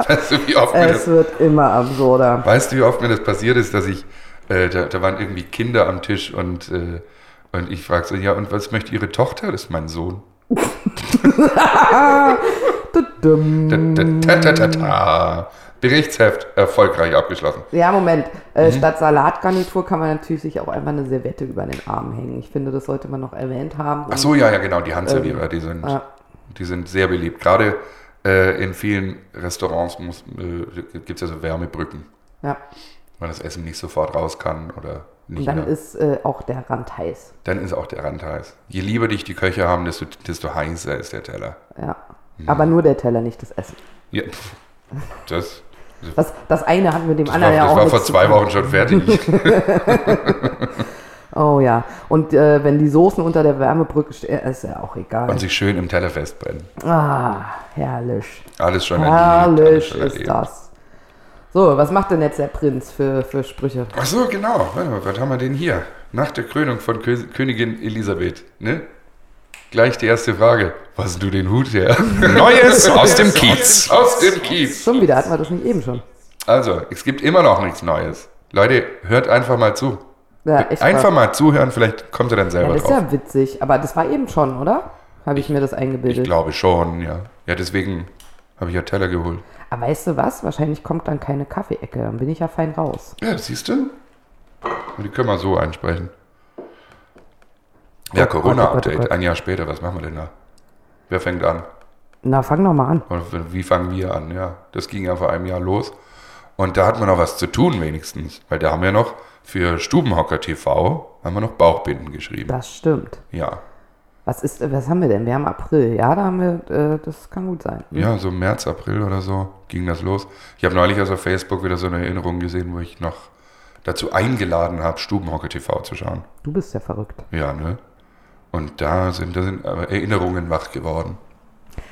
[SPEAKER 2] weißt, du, wie oft mir
[SPEAKER 1] Es
[SPEAKER 2] das,
[SPEAKER 1] wird immer absurder.
[SPEAKER 2] weißt du, wie oft mir das passiert ist, dass ich, äh, da, da waren irgendwie Kinder am Tisch und, äh, und ich frage so, ja, und was möchte Ihre Tochter? Das ist mein Sohn.
[SPEAKER 1] Dumm.
[SPEAKER 2] Ta, ta, ta, ta, ta, ta. Berichtsheft erfolgreich abgeschlossen.
[SPEAKER 1] Ja, Moment. Äh,
[SPEAKER 2] Mhm.
[SPEAKER 1] Statt Salatgarnitur kann man natürlich sich auch einfach eine Servette über den Arm hängen. Ich finde, das sollte man noch erwähnt haben. äh,
[SPEAKER 2] Ach so, ja, ja, genau, die Handservierer, die sind,
[SPEAKER 1] Ähm, ja.
[SPEAKER 2] die sind sehr beliebt. Gerade äh, in vielen Restaurants muss, äh, gibt es ja so Wärmebrücken,
[SPEAKER 1] Ja.
[SPEAKER 2] weil das Essen nicht sofort raus kann oder nicht
[SPEAKER 1] Und dann
[SPEAKER 2] mehr.
[SPEAKER 1] ist äh, auch der Rand heiß.
[SPEAKER 2] dann ist auch der Rand heiß. Je lieber dich die Köche haben, desto, desto heißer ist der Teller.
[SPEAKER 1] Ja.
[SPEAKER 2] Mhm.
[SPEAKER 1] Aber nur der Teller, nicht das Essen.
[SPEAKER 2] Ja, pff, das, das,
[SPEAKER 1] Das, das eine hat mit dem
[SPEAKER 2] war,
[SPEAKER 1] anderen ja
[SPEAKER 2] das
[SPEAKER 1] auch
[SPEAKER 2] war
[SPEAKER 1] nichts
[SPEAKER 2] vor
[SPEAKER 1] zu
[SPEAKER 2] zwei
[SPEAKER 1] tun.
[SPEAKER 2] Wochen schon fertig.
[SPEAKER 1] Oh ja. Und äh, wenn die Soßen unter der Wärmebrücke stehen, ist ja auch egal.
[SPEAKER 2] Und sich schön im Teller festbrennen.
[SPEAKER 1] Ah, herrlich.
[SPEAKER 2] Alles schon erlebt. Alles
[SPEAKER 1] Herrlich
[SPEAKER 2] schon
[SPEAKER 1] ist
[SPEAKER 2] erlebt.
[SPEAKER 1] das. So, was macht denn jetzt der Prinz für, für Sprüche?
[SPEAKER 2] Ach so, genau. Warte mal, was haben wir denn hier? Nach der Krönung von Kö Königin Elisabeth, ne? Gleich die erste Frage. Was hast du den Hut her? Neues aus dem Kiez. Aus dem Kiez.
[SPEAKER 1] Schon wieder hatten wir das nicht eben schon.
[SPEAKER 2] Also, es gibt immer noch nichts Neues. Leute, hört einfach mal zu.
[SPEAKER 1] Ja, echt
[SPEAKER 2] einfach
[SPEAKER 1] mal.
[SPEAKER 2] mal zuhören, vielleicht kommt ihr dann
[SPEAKER 1] Ja,
[SPEAKER 2] selber
[SPEAKER 1] das ist
[SPEAKER 2] drauf.
[SPEAKER 1] ja witzig, aber das war eben schon, oder? Habe ich mir das
[SPEAKER 2] ich
[SPEAKER 1] eingebildet.
[SPEAKER 2] glaube schon, ja. Ja, deswegen habe ich ja Teller geholt.
[SPEAKER 1] aber weißt du was? Wahrscheinlich kommt dann keine Kaffeeecke, dann bin ich ja fein raus.
[SPEAKER 2] Ja, siehst du? Die können wir so einsprechen. Ja,
[SPEAKER 1] Gott, oh Gott,
[SPEAKER 2] Corona-Update.
[SPEAKER 1] oh Gott.
[SPEAKER 2] Ein Jahr später, was machen wir denn da? Wer fängt an?
[SPEAKER 1] Na, fang doch mal an.
[SPEAKER 2] Und wie fangen wir an? Ja, das ging ja vor einem Jahr los. Und da hat man noch was zu tun, wenigstens. Weil da haben wir noch für Stubenhocker TV haben wir noch Bauchbinden geschrieben.
[SPEAKER 1] Das stimmt.
[SPEAKER 2] Ja.
[SPEAKER 1] Was ist, was haben wir denn? Wir haben April. Ja, da haben wir, äh, das kann gut sein.
[SPEAKER 2] Ja, so März, April oder so ging das los. Ich habe neulich also auf Facebook wieder so eine Erinnerung gesehen, wo ich noch dazu eingeladen habe, Stubenhocker TV zu schauen.
[SPEAKER 1] Du bist ja verrückt.
[SPEAKER 2] Ja, ne? Und da sind, da sind aber Erinnerungen wach geworden.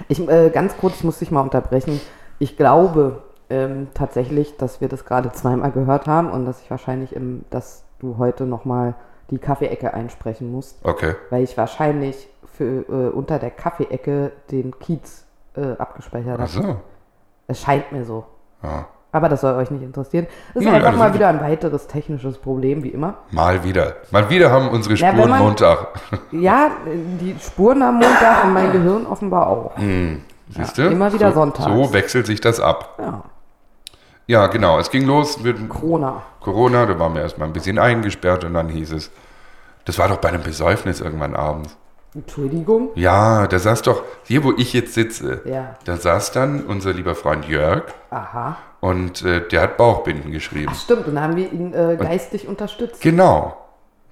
[SPEAKER 1] Ich, äh, ganz kurz, ich muss dich mal unterbrechen. Ich glaube ähm, tatsächlich, dass wir das gerade zweimal gehört haben und dass ich wahrscheinlich, im, dass du heute nochmal die Kaffeeecke einsprechen musst.
[SPEAKER 2] Okay.
[SPEAKER 1] weil ich wahrscheinlich für, äh, unter der Kaffeeecke den Kiez äh, abgespeichert
[SPEAKER 2] Ach
[SPEAKER 1] habe.
[SPEAKER 2] so.
[SPEAKER 1] Es scheint mir so.
[SPEAKER 2] Ja.
[SPEAKER 1] Aber das soll euch nicht interessieren. Das ist
[SPEAKER 2] Nö,
[SPEAKER 1] einfach
[SPEAKER 2] alles
[SPEAKER 1] mal
[SPEAKER 2] gut.
[SPEAKER 1] wieder ein weiteres technisches Problem, wie immer.
[SPEAKER 2] Mal wieder. Mal wieder haben unsere
[SPEAKER 1] Ja, wenn
[SPEAKER 2] Spuren
[SPEAKER 1] man-
[SPEAKER 2] Montag.
[SPEAKER 1] Ja, die Spuren am Montag und mein Gehirn offenbar auch.
[SPEAKER 2] Siehst
[SPEAKER 1] Ja,
[SPEAKER 2] du?
[SPEAKER 1] immer wieder
[SPEAKER 2] so,
[SPEAKER 1] sonntags.
[SPEAKER 2] So wechselt sich das ab.
[SPEAKER 1] Ja,
[SPEAKER 2] Ja, genau. Es ging los mit
[SPEAKER 1] Corona.
[SPEAKER 2] Corona. Da waren wir erstmal ein bisschen eingesperrt und dann hieß es, das war doch bei einem Besäufnis irgendwann abends.
[SPEAKER 1] Entschuldigung.
[SPEAKER 2] Ja, da saß doch, hier wo ich jetzt sitze,
[SPEAKER 1] Ja.
[SPEAKER 2] da saß dann unser lieber Freund Jörg
[SPEAKER 1] Aha.
[SPEAKER 2] und äh, der hat Bauchbinden geschrieben.
[SPEAKER 1] Stimmt, und da haben wir ihn äh, geistig unterstützt.
[SPEAKER 2] Genau.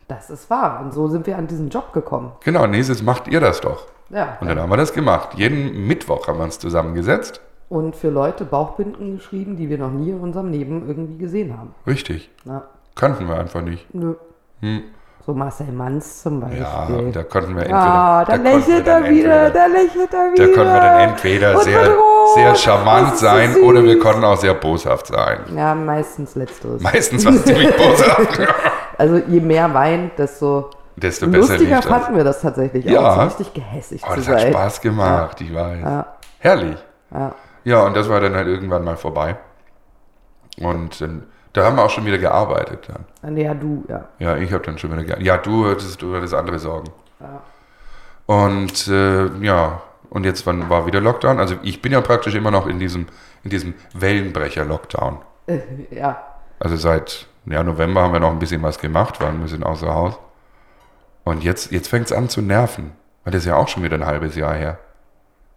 [SPEAKER 1] Das ist wahr. Und so sind wir an diesen Job gekommen.
[SPEAKER 2] Genau, nächstes macht ihr das doch.
[SPEAKER 1] Ja.
[SPEAKER 2] Und dann haben wir das gemacht. Jeden Mittwoch haben wir uns zusammengesetzt.
[SPEAKER 1] Und für Leute Bauchbinden geschrieben, die wir noch nie in unserem Leben irgendwie gesehen haben.
[SPEAKER 2] Richtig.
[SPEAKER 1] Na,
[SPEAKER 2] Kannten wir einfach nicht.
[SPEAKER 1] nö. So Marcel Manns zum Beispiel.
[SPEAKER 2] Hm. Ja, und da konnten wir entweder.
[SPEAKER 1] Ah, da,
[SPEAKER 2] konnten wir
[SPEAKER 1] lächelt
[SPEAKER 2] dann
[SPEAKER 1] er wieder,
[SPEAKER 2] entweder-
[SPEAKER 1] da lächelt er
[SPEAKER 2] Da
[SPEAKER 1] wieder.
[SPEAKER 2] konnten wir dann entweder
[SPEAKER 1] Und
[SPEAKER 2] sehr,
[SPEAKER 1] bedroht.
[SPEAKER 2] sehr
[SPEAKER 1] Das
[SPEAKER 2] charmant
[SPEAKER 1] ist so
[SPEAKER 2] sein
[SPEAKER 1] süß.
[SPEAKER 2] oder wir konnten auch sehr boshaft sein.
[SPEAKER 1] Ja, meistens letzteres.
[SPEAKER 2] Meistens war es ziemlich boshaft.
[SPEAKER 1] Also je mehr Wein, desto
[SPEAKER 2] Desto besser lief
[SPEAKER 1] lustiger
[SPEAKER 2] das.
[SPEAKER 1] fanden wir das tatsächlich
[SPEAKER 2] Ja.
[SPEAKER 1] auch. So richtig gehässig
[SPEAKER 2] Oh,
[SPEAKER 1] zu
[SPEAKER 2] das hat
[SPEAKER 1] sein.
[SPEAKER 2] Spaß gemacht, ich weiß.
[SPEAKER 1] Ja.
[SPEAKER 2] Herrlich.
[SPEAKER 1] Ja.
[SPEAKER 2] Ja, und das war dann halt irgendwann mal vorbei. Und dann, da haben wir auch schon wieder gearbeitet dann.
[SPEAKER 1] Ja, du, ja.
[SPEAKER 2] Ja, ich habe dann schon wieder gearbeitet. Ja, du hattest über das andere Sorgen.
[SPEAKER 1] Ja.
[SPEAKER 2] Und äh, ja, und jetzt wann war wieder Lockdown. Also ich bin ja praktisch immer noch in diesem, in diesem Wellenbrecher-Lockdown.
[SPEAKER 1] ja.
[SPEAKER 2] Also seit ja, November haben wir noch ein bisschen was gemacht, waren ein bisschen außer Haus. Und jetzt, jetzt fängt es an zu nerven. Weil das ist ja auch schon wieder ein halbes Jahr her.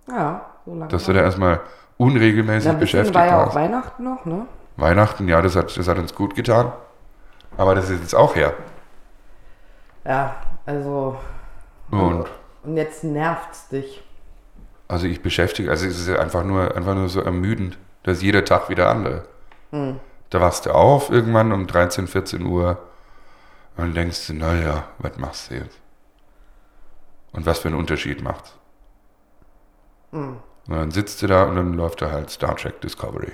[SPEAKER 1] Ja, so lange.
[SPEAKER 2] Dass du da erstmal unregelmäßig
[SPEAKER 1] ja, ein bisschen
[SPEAKER 2] beschäftigt
[SPEAKER 1] war ja auch
[SPEAKER 2] warst.
[SPEAKER 1] Weihnachten noch, ne?
[SPEAKER 2] Weihnachten, ja, das hat, das hat uns gut getan. Aber das ist jetzt auch her.
[SPEAKER 1] Ja, also.
[SPEAKER 2] Und
[SPEAKER 1] Und jetzt nervt's dich.
[SPEAKER 2] also ich beschäftige, also es ist ja einfach nur, einfach nur so ermüdend, dass jeder Tag wieder andere. Da wachst du auf irgendwann um 13, 14 Uhr und denkst du, naja, was machst du jetzt? Und was für einen Unterschied macht's? Und dann sitzt du da und dann läuft da halt Star Trek Discovery.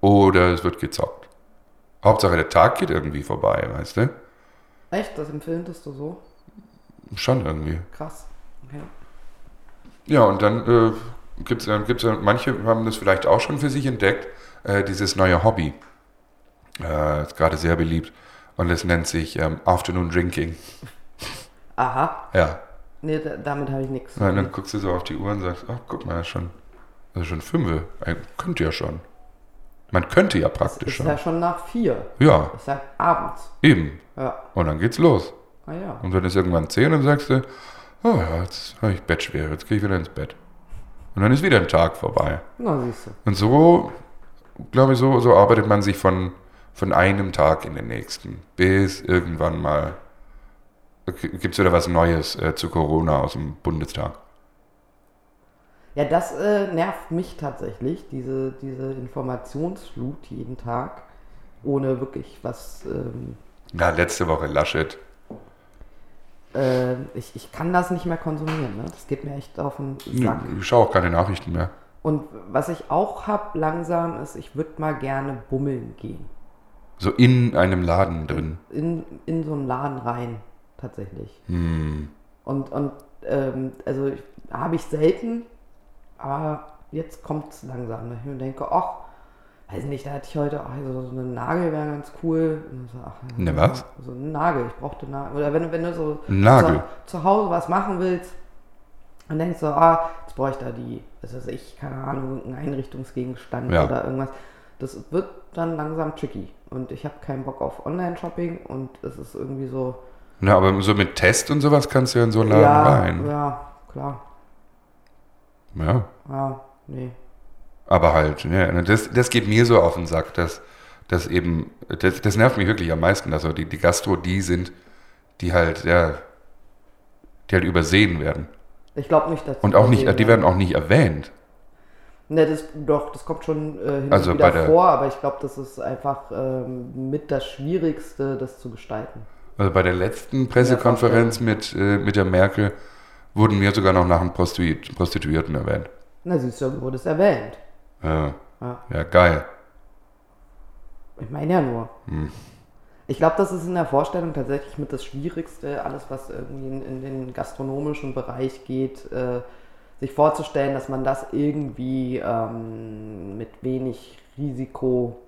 [SPEAKER 2] Oder es wird gezockt. Hauptsache der Tag geht irgendwie vorbei, weißt du?
[SPEAKER 1] Echt? Das empfindest du so?
[SPEAKER 2] Schon irgendwie.
[SPEAKER 1] Krass. Okay.
[SPEAKER 2] Ja, und dann äh, gibt es gibt's, ja- manche haben das vielleicht auch schon für sich entdeckt, äh, dieses neue Hobby. Äh, ist gerade sehr beliebt. Und es nennt sich ähm, Afternoon Drinking.
[SPEAKER 1] Aha.
[SPEAKER 2] Ja.
[SPEAKER 1] Nee, da, damit habe ich nichts.
[SPEAKER 2] Und dann guckst du so auf die Uhr und sagst, ach, guck mal, ist schon, das ist schon fünf. äh, Könnte ja schon. Man könnte ja praktisch
[SPEAKER 1] Ist
[SPEAKER 2] schon.
[SPEAKER 1] ja schon nach vier.
[SPEAKER 2] Ja,
[SPEAKER 1] Ich sag abends.
[SPEAKER 2] eben.
[SPEAKER 1] Ja.
[SPEAKER 2] Und dann geht's los.
[SPEAKER 1] Ah ja.
[SPEAKER 2] Und dann ist irgendwann zehn und sagst du, oh ja, jetzt habe ich Bett schwer, jetzt gehe ich wieder ins Bett. Und dann ist wieder ein Tag vorbei.
[SPEAKER 1] Na, siehst du.
[SPEAKER 2] Und so, glaube ich, so, so arbeitet man sich von, von einem Tag in den nächsten, bis irgendwann mal gibt es wieder was Neues äh, zu Corona aus dem Bundestag.
[SPEAKER 1] Ja, das äh, nervt mich tatsächlich, diese, diese Informationsflut jeden Tag, ohne wirklich was. Ähm,
[SPEAKER 2] Na, letzte Woche Laschet.
[SPEAKER 1] äh, ich, ich kann das nicht mehr konsumieren. Ne? Das geht mir echt auf den Sack.
[SPEAKER 2] Ich schaue auch keine Nachrichten mehr.
[SPEAKER 1] Und was ich auch habe langsam ist, ich würde mal gerne bummeln gehen.
[SPEAKER 2] So in einem Laden drin.
[SPEAKER 1] In, in so einen Laden rein, tatsächlich.
[SPEAKER 2] Hm.
[SPEAKER 1] Und, und ähm, also habe ich selten, aber jetzt kommt es langsam. Ne? Ich mir denke, ach, weiß nicht, da hatte ich heute, ach, so, so einen Nagel wäre ganz cool. Und so, ach,
[SPEAKER 2] Ne, was?
[SPEAKER 1] So einen Nagel, ich brauchte einen Nagel. Oder wenn, du- wenn du so
[SPEAKER 2] Ein Nagel?
[SPEAKER 1] Zu, zu Hause was machen willst und denkst so, ah, jetzt brauche ich da die, was weiß ich, keine Ahnung, einen Einrichtungsgegenstand
[SPEAKER 2] Ja.
[SPEAKER 1] oder irgendwas. Das wird dann langsam tricky. Und ich habe keinen Bock auf Online-Shopping und es ist irgendwie so,
[SPEAKER 2] Na, aber so mit Test und sowas kannst du ja in so einen Laden
[SPEAKER 1] ja,
[SPEAKER 2] rein.
[SPEAKER 1] ja, klar.
[SPEAKER 2] Ja.
[SPEAKER 1] Ja, Ah, nee.
[SPEAKER 2] Aber halt, ja, ne, das, das geht mir so auf den Sack, dass, dass eben, das, das nervt mich wirklich am meisten, dass so die, die Gastro die sind, die halt, ja, die halt übersehen werden.
[SPEAKER 1] Ich glaube nicht, dass
[SPEAKER 2] Und auch nicht, die werden auch nicht erwähnt.
[SPEAKER 1] Ne, das, doch, das kommt schon äh, hin
[SPEAKER 2] Also
[SPEAKER 1] und wieder
[SPEAKER 2] bei der-
[SPEAKER 1] vor, aber ich glaube, das ist einfach ähm, mit das Schwierigste, das zu gestalten.
[SPEAKER 2] Also bei der letzten Pressekonferenz mit, äh, mit der Merkel wurden wir sogar noch nach einem Prostitu Prostituierten erwähnt.
[SPEAKER 1] Na, siehst du, wurde es erwähnt.
[SPEAKER 2] Ja,
[SPEAKER 1] Ja,
[SPEAKER 2] ja geil.
[SPEAKER 1] ich meine ja nur.
[SPEAKER 2] Hm.
[SPEAKER 1] Ich glaube, das ist in der Vorstellung tatsächlich mit das Schwierigste, alles, was irgendwie in, in den gastronomischen Bereich geht, äh, sich vorzustellen, dass man das irgendwie ähm, mit wenig Risiko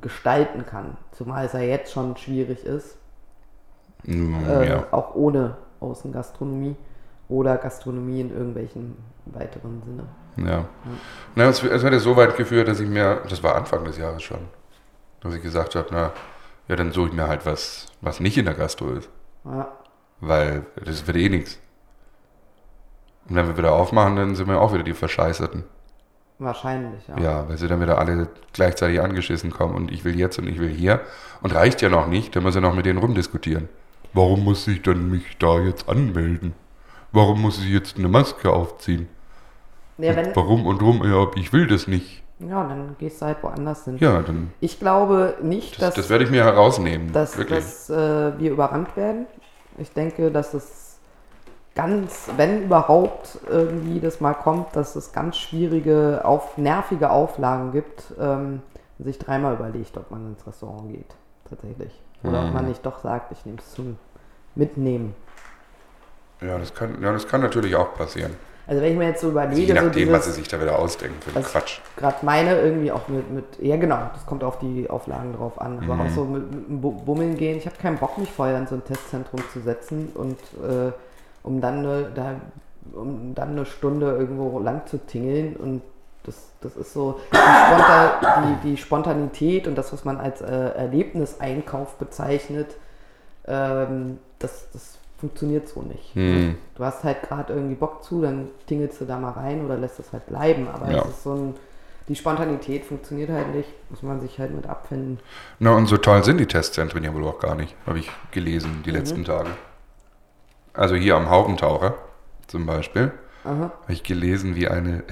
[SPEAKER 1] gestalten kann. Zumal es ja jetzt schon schwierig ist.
[SPEAKER 2] Mm,
[SPEAKER 1] äh,
[SPEAKER 2] ja.
[SPEAKER 1] auch ohne Außengastronomie oder Gastronomie in irgendwelchen weiteren Sinne.
[SPEAKER 2] Ja. Na, es, es hat ja so weit geführt, dass ich mir, das war Anfang des Jahres schon, dass ich gesagt habe, na, ja, dann suche ich mir halt was, was nicht in der Gastro ist,
[SPEAKER 1] Ja,
[SPEAKER 2] weil das wird eh nichts. Und wenn wir wieder aufmachen, dann sind wir auch wieder die Verscheißerten.
[SPEAKER 1] wahrscheinlich, ja.
[SPEAKER 2] Ja, weil sie dann wieder alle gleichzeitig angeschissen kommen und ich will jetzt und ich will hier. Und reicht ja noch nicht, dann muss ja noch mit denen rumdiskutieren. Warum muss ich denn mich da jetzt anmelden? Warum muss ich jetzt eine Maske aufziehen?
[SPEAKER 1] Ja, wenn,
[SPEAKER 2] Warum und warum? Ja, ich will das nicht.
[SPEAKER 1] ja, dann gehst du halt woanders hin.
[SPEAKER 2] Ja, dann.
[SPEAKER 1] Ich glaube nicht,
[SPEAKER 2] Das, das,
[SPEAKER 1] dass,
[SPEAKER 2] werde ich mir herausnehmen.
[SPEAKER 1] dass,
[SPEAKER 2] wirklich.
[SPEAKER 1] dass äh, wir überrannt werden. Ich denke, dass es ganz, wenn überhaupt irgendwie das mal kommt, dass es ganz schwierige, auf, nervige Auflagen gibt, ähm, und sich dreimal überlegt, ob man ins Restaurant geht. Tatsächlich. Oder
[SPEAKER 2] Hm.
[SPEAKER 1] ob man nicht doch sagt, ich nehme es zum Mitnehmen.
[SPEAKER 2] ja, das kann, ja, das kann natürlich auch passieren.
[SPEAKER 1] Also wenn ich mir jetzt so
[SPEAKER 2] Je
[SPEAKER 1] überlege, so
[SPEAKER 2] nachdem, was sie
[SPEAKER 1] dieses,
[SPEAKER 2] sich da wieder ausdenken für einen
[SPEAKER 1] das-
[SPEAKER 2] Quatsch.
[SPEAKER 1] gerade meine irgendwie auch mit, mit, ja genau, das kommt auf die Auflagen drauf an, aber auch so mit, mit dem Bu- Bummeln gehen. Ich habe keinen Bock, mich vorher in so ein Testzentrum zu setzen und äh, um, dann eine, da, um dann eine Stunde irgendwo lang zu tingeln und das, das ist so die, Sponta, die, die Spontanität und das, was man als äh, Erlebniseinkauf bezeichnet, ähm, das, das funktioniert so nicht.
[SPEAKER 2] Hm.
[SPEAKER 1] Du hast halt gerade irgendwie Bock zu, dann tingelst du da mal rein oder lässt es halt bleiben. Aber
[SPEAKER 2] Ja.
[SPEAKER 1] es ist so ein, die Spontanität funktioniert halt nicht, muss man sich halt mit abfinden.
[SPEAKER 2] Na, und so toll sind die Testzentren ja wohl auch gar nicht, habe ich gelesen die letzten Tage. Also hier am Haubentaucher zum Beispiel,
[SPEAKER 1] Aha.
[SPEAKER 2] habe ich gelesen, wie eine,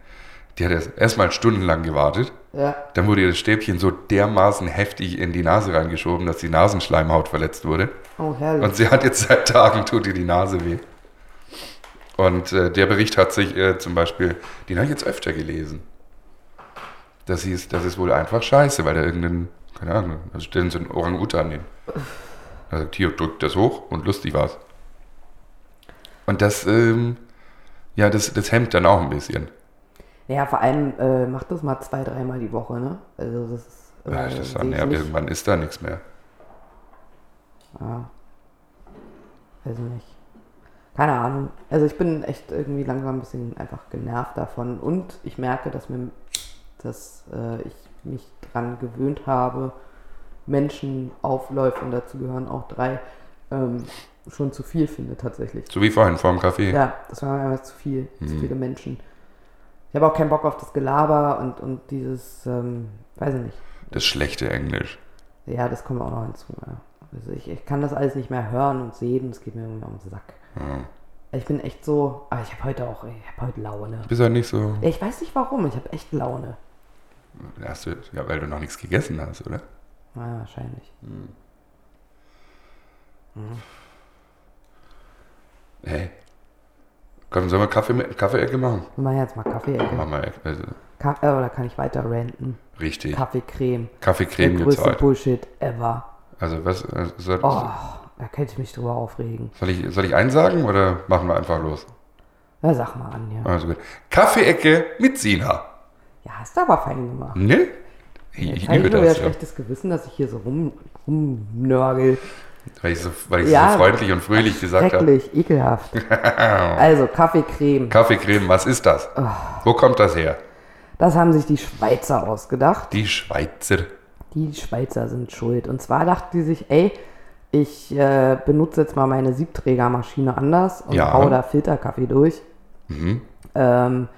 [SPEAKER 2] die hat erst- erstmal stundenlang gewartet,
[SPEAKER 1] Ja,
[SPEAKER 2] dann wurde ihr das Stäbchen so dermaßen heftig in die Nase reingeschoben, dass die Nasenschleimhaut verletzt wurde.
[SPEAKER 1] oh herrlich.
[SPEAKER 2] Und sie hat jetzt seit Tagen, tut ihr die Nase weh. Und äh, der Bericht hat sich äh, zum Beispiel, den habe ich jetzt öfter gelesen. Das hieß, das ist wohl einfach scheiße, weil da irgendein, keine Ahnung, also stellen sie einen Orang-Utan hin. Also Tier drückt das hoch und lustig war's. Und das, ähm, ja, das, das hemmt dann auch ein bisschen.
[SPEAKER 1] ja, vor allem äh, mach das mal zwei, dreimal die Woche, ne? Also das ist äh,
[SPEAKER 2] Ja, das
[SPEAKER 1] sehe
[SPEAKER 2] dann,
[SPEAKER 1] ich
[SPEAKER 2] ja,
[SPEAKER 1] nicht.
[SPEAKER 2] irgendwann ist da nichts mehr.
[SPEAKER 1] Ja. Ah. Weiß ich nicht. Keine Ahnung. Also ich bin echt irgendwie langsam ein bisschen einfach genervt davon. Und ich merke, dass mir dass äh, ich mich dran gewöhnt habe, Menschen, Aufläufe und dazu gehören auch drei, ähm, schon zu viel finde tatsächlich.
[SPEAKER 2] So wie vorhin vor dem Kaffee.
[SPEAKER 1] Ja, das war mir einfach zu viel, zu viele Menschen. Ich habe auch keinen Bock auf das Gelaber und, und dieses, ähm, weiß ich nicht.
[SPEAKER 2] Das schlechte Englisch.
[SPEAKER 1] Ja, das kommt auch noch hinzu. Ja. Also ich, ich kann das alles nicht mehr hören und sehen, es geht mir irgendwie auf den Sack.
[SPEAKER 2] Ja.
[SPEAKER 1] Ich bin echt so, aber ich habe heute auch, ich habe heute Laune.
[SPEAKER 2] Bist halt nicht so.
[SPEAKER 1] Ja, ich weiß nicht warum, ich habe echt Laune.
[SPEAKER 2] Hast du, ja, weil du noch nichts gegessen hast, oder?
[SPEAKER 1] Ja, wahrscheinlich.
[SPEAKER 2] Hey. Komm, sollen wir Kaffee mit Kaffeeecke machen?
[SPEAKER 1] Wir machen jetzt mal Kaffee.
[SPEAKER 2] Machen wir Ecke, also
[SPEAKER 1] Ka äh, oder kann ich weiter ranten?
[SPEAKER 2] richtig.
[SPEAKER 1] Kaffeecreme. Der
[SPEAKER 2] Kaffeecreme
[SPEAKER 1] größte
[SPEAKER 2] gezahlt.
[SPEAKER 1] Bullshit ever.
[SPEAKER 2] Also was äh, soll,
[SPEAKER 1] Oh, da könnte ich mich drüber aufregen.
[SPEAKER 2] soll ich soll ich einsagen oder machen wir einfach los?
[SPEAKER 1] Na, sag mal an, ja.
[SPEAKER 2] Also gut. Kaffeeecke mit Sina.
[SPEAKER 1] Ja, hast du aber fein gemacht.
[SPEAKER 2] Ne? Ich,
[SPEAKER 1] Jetzt
[SPEAKER 2] ich
[SPEAKER 1] habe
[SPEAKER 2] liebe
[SPEAKER 1] ich nur wieder
[SPEAKER 2] das, ja.
[SPEAKER 1] schlechtes Gewissen, dass ich hier so rum, rumnörgel.
[SPEAKER 2] weil ich so, weil ich
[SPEAKER 1] Ja.
[SPEAKER 2] so freundlich und fröhlich gesagt habe.
[SPEAKER 1] Schrecklich, ekelhaft. Also, Kaffeecreme.
[SPEAKER 2] Kaffeecreme, was ist das?
[SPEAKER 1] Oh.
[SPEAKER 2] Wo kommt das her?
[SPEAKER 1] Das haben sich die Schweizer ausgedacht.
[SPEAKER 2] Die Schweizer.
[SPEAKER 1] Die Schweizer sind schuld. Und zwar dachten die sich, ey, ich äh, benutze jetzt mal meine Siebträgermaschine anders und
[SPEAKER 2] Ja. Mhm.
[SPEAKER 1] hau da Filterkaffee durch. Ähm,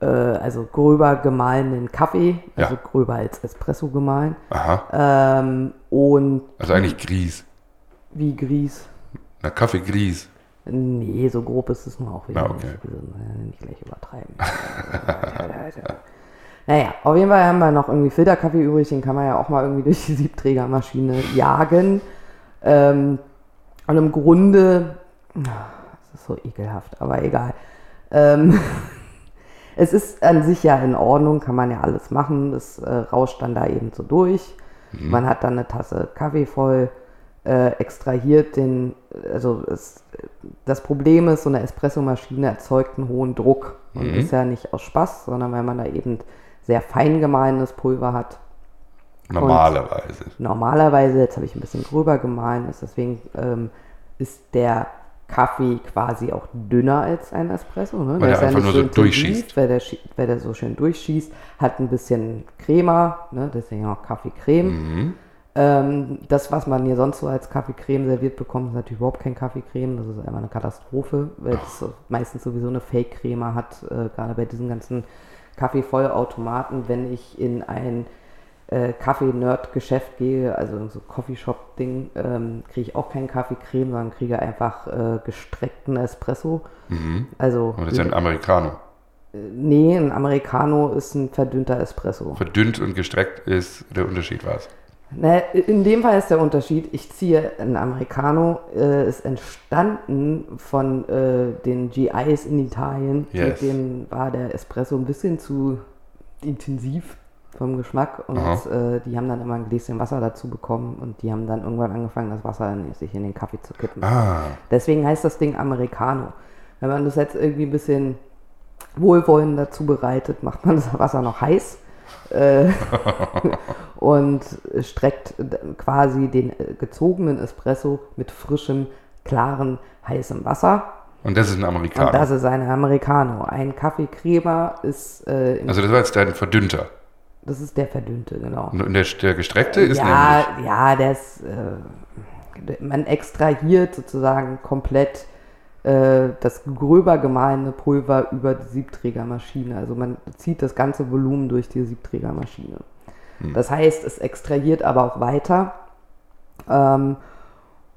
[SPEAKER 1] äh, also gröber gemahlenen Kaffee,
[SPEAKER 2] Ja.
[SPEAKER 1] also gröber als Espresso gemahlen.
[SPEAKER 2] Aha.
[SPEAKER 1] Ähm, und
[SPEAKER 2] Also eigentlich Grieß.
[SPEAKER 1] wie Grieß.
[SPEAKER 2] Na, Kaffee Grieß.
[SPEAKER 1] Nee, so grob ist es nur auch wieder
[SPEAKER 2] Na, okay.
[SPEAKER 1] nicht. Wir sollen ja nicht gleich übertreiben. naja, auf jeden Fall haben wir noch irgendwie Filterkaffee übrig, den kann man ja auch mal irgendwie durch die Siebträgermaschine jagen. Ähm, und im Grunde, das ist so ekelhaft, aber egal. Ähm, es ist an sich ja in Ordnung, kann man ja alles machen. Das äh, rauscht dann da eben so durch. Man hat dann eine Tasse Kaffee voll, äh, extrahiert den, also es, das Problem ist, so eine Espressomaschine erzeugt einen hohen Druck. Und ist ja nicht aus Spaß, sondern weil man da eben sehr fein gemahlenes Pulver hat.
[SPEAKER 2] Normalerweise.
[SPEAKER 1] Normalerweise, jetzt habe ich ein bisschen gröber gemahlen, ist deswegen ähm, ist der Kaffee quasi auch dünner als ein Espresso. Ne? der
[SPEAKER 2] Weil er
[SPEAKER 1] ist ja
[SPEAKER 2] einfach
[SPEAKER 1] nicht
[SPEAKER 2] nur so
[SPEAKER 1] intensiv,
[SPEAKER 2] durchschießt.
[SPEAKER 1] Weil der, schie- weil der so schön durchschießt, hat ein bisschen Crema, ne? deswegen auch
[SPEAKER 2] Mhm.
[SPEAKER 1] Kaffeecreme. Ähm, das, was man hier sonst so als Kaffeecreme serviert bekommt, ist natürlich überhaupt kein Kaffeecreme. Das ist einfach eine Katastrophe, weil es so- meistens sowieso eine Fake-Creme hat, äh, gerade bei diesen ganzen Kaffeevollautomaten. Wenn ich in ein äh, Kaffee-Nerd-Geschäft gehe, also in so Coffeeshop-Ding, ähm, kriege ich auch keinen Kaffeecreme, sondern kriege einfach äh, gestreckten Espresso.
[SPEAKER 2] Mhm.
[SPEAKER 1] Also, äh,
[SPEAKER 2] Aber das ist ja ein Americano.
[SPEAKER 1] nee, ein Americano ist ein verdünnter Espresso.
[SPEAKER 2] Verdünnt und gestreckt ist der Unterschied was.
[SPEAKER 1] Na, in dem Fall ist der Unterschied, ich ziehe ein Americano, äh, ist entstanden von äh, den GIs in Italien.
[SPEAKER 2] Yes.
[SPEAKER 1] Mit denen war der Espresso ein bisschen zu intensiv vom Geschmack und
[SPEAKER 2] Aha.
[SPEAKER 1] äh, die haben dann immer ein Gläschen Wasser dazu bekommen und die haben dann irgendwann angefangen, das Wasser in, sich in den Kaffee zu kippen.
[SPEAKER 2] Ah,
[SPEAKER 1] Deswegen heißt das Ding Americano. Wenn man das jetzt irgendwie ein bisschen wohlwollender zubereitet, macht man das Wasser noch heiß äh, und streckt quasi den äh, gezogenen Espresso mit frischem, klaren, heißem Wasser.
[SPEAKER 2] und das ist ein Americano.
[SPEAKER 1] Und das ist ein Americano. Ein Kaffeecremer ist, äh, im,
[SPEAKER 2] also das war jetzt dein Verdünnter.
[SPEAKER 1] das ist der verdünnte, genau.
[SPEAKER 2] Und der, der gestreckte ist
[SPEAKER 1] ja,
[SPEAKER 2] nämlich...
[SPEAKER 1] ja, das, äh, man extrahiert sozusagen komplett äh, das gröber gemahlene Pulver über die Siebträgermaschine. Also man zieht das ganze Volumen durch die Siebträgermaschine.
[SPEAKER 2] Hm.
[SPEAKER 1] Das heißt, es extrahiert aber auch weiter. Ähm,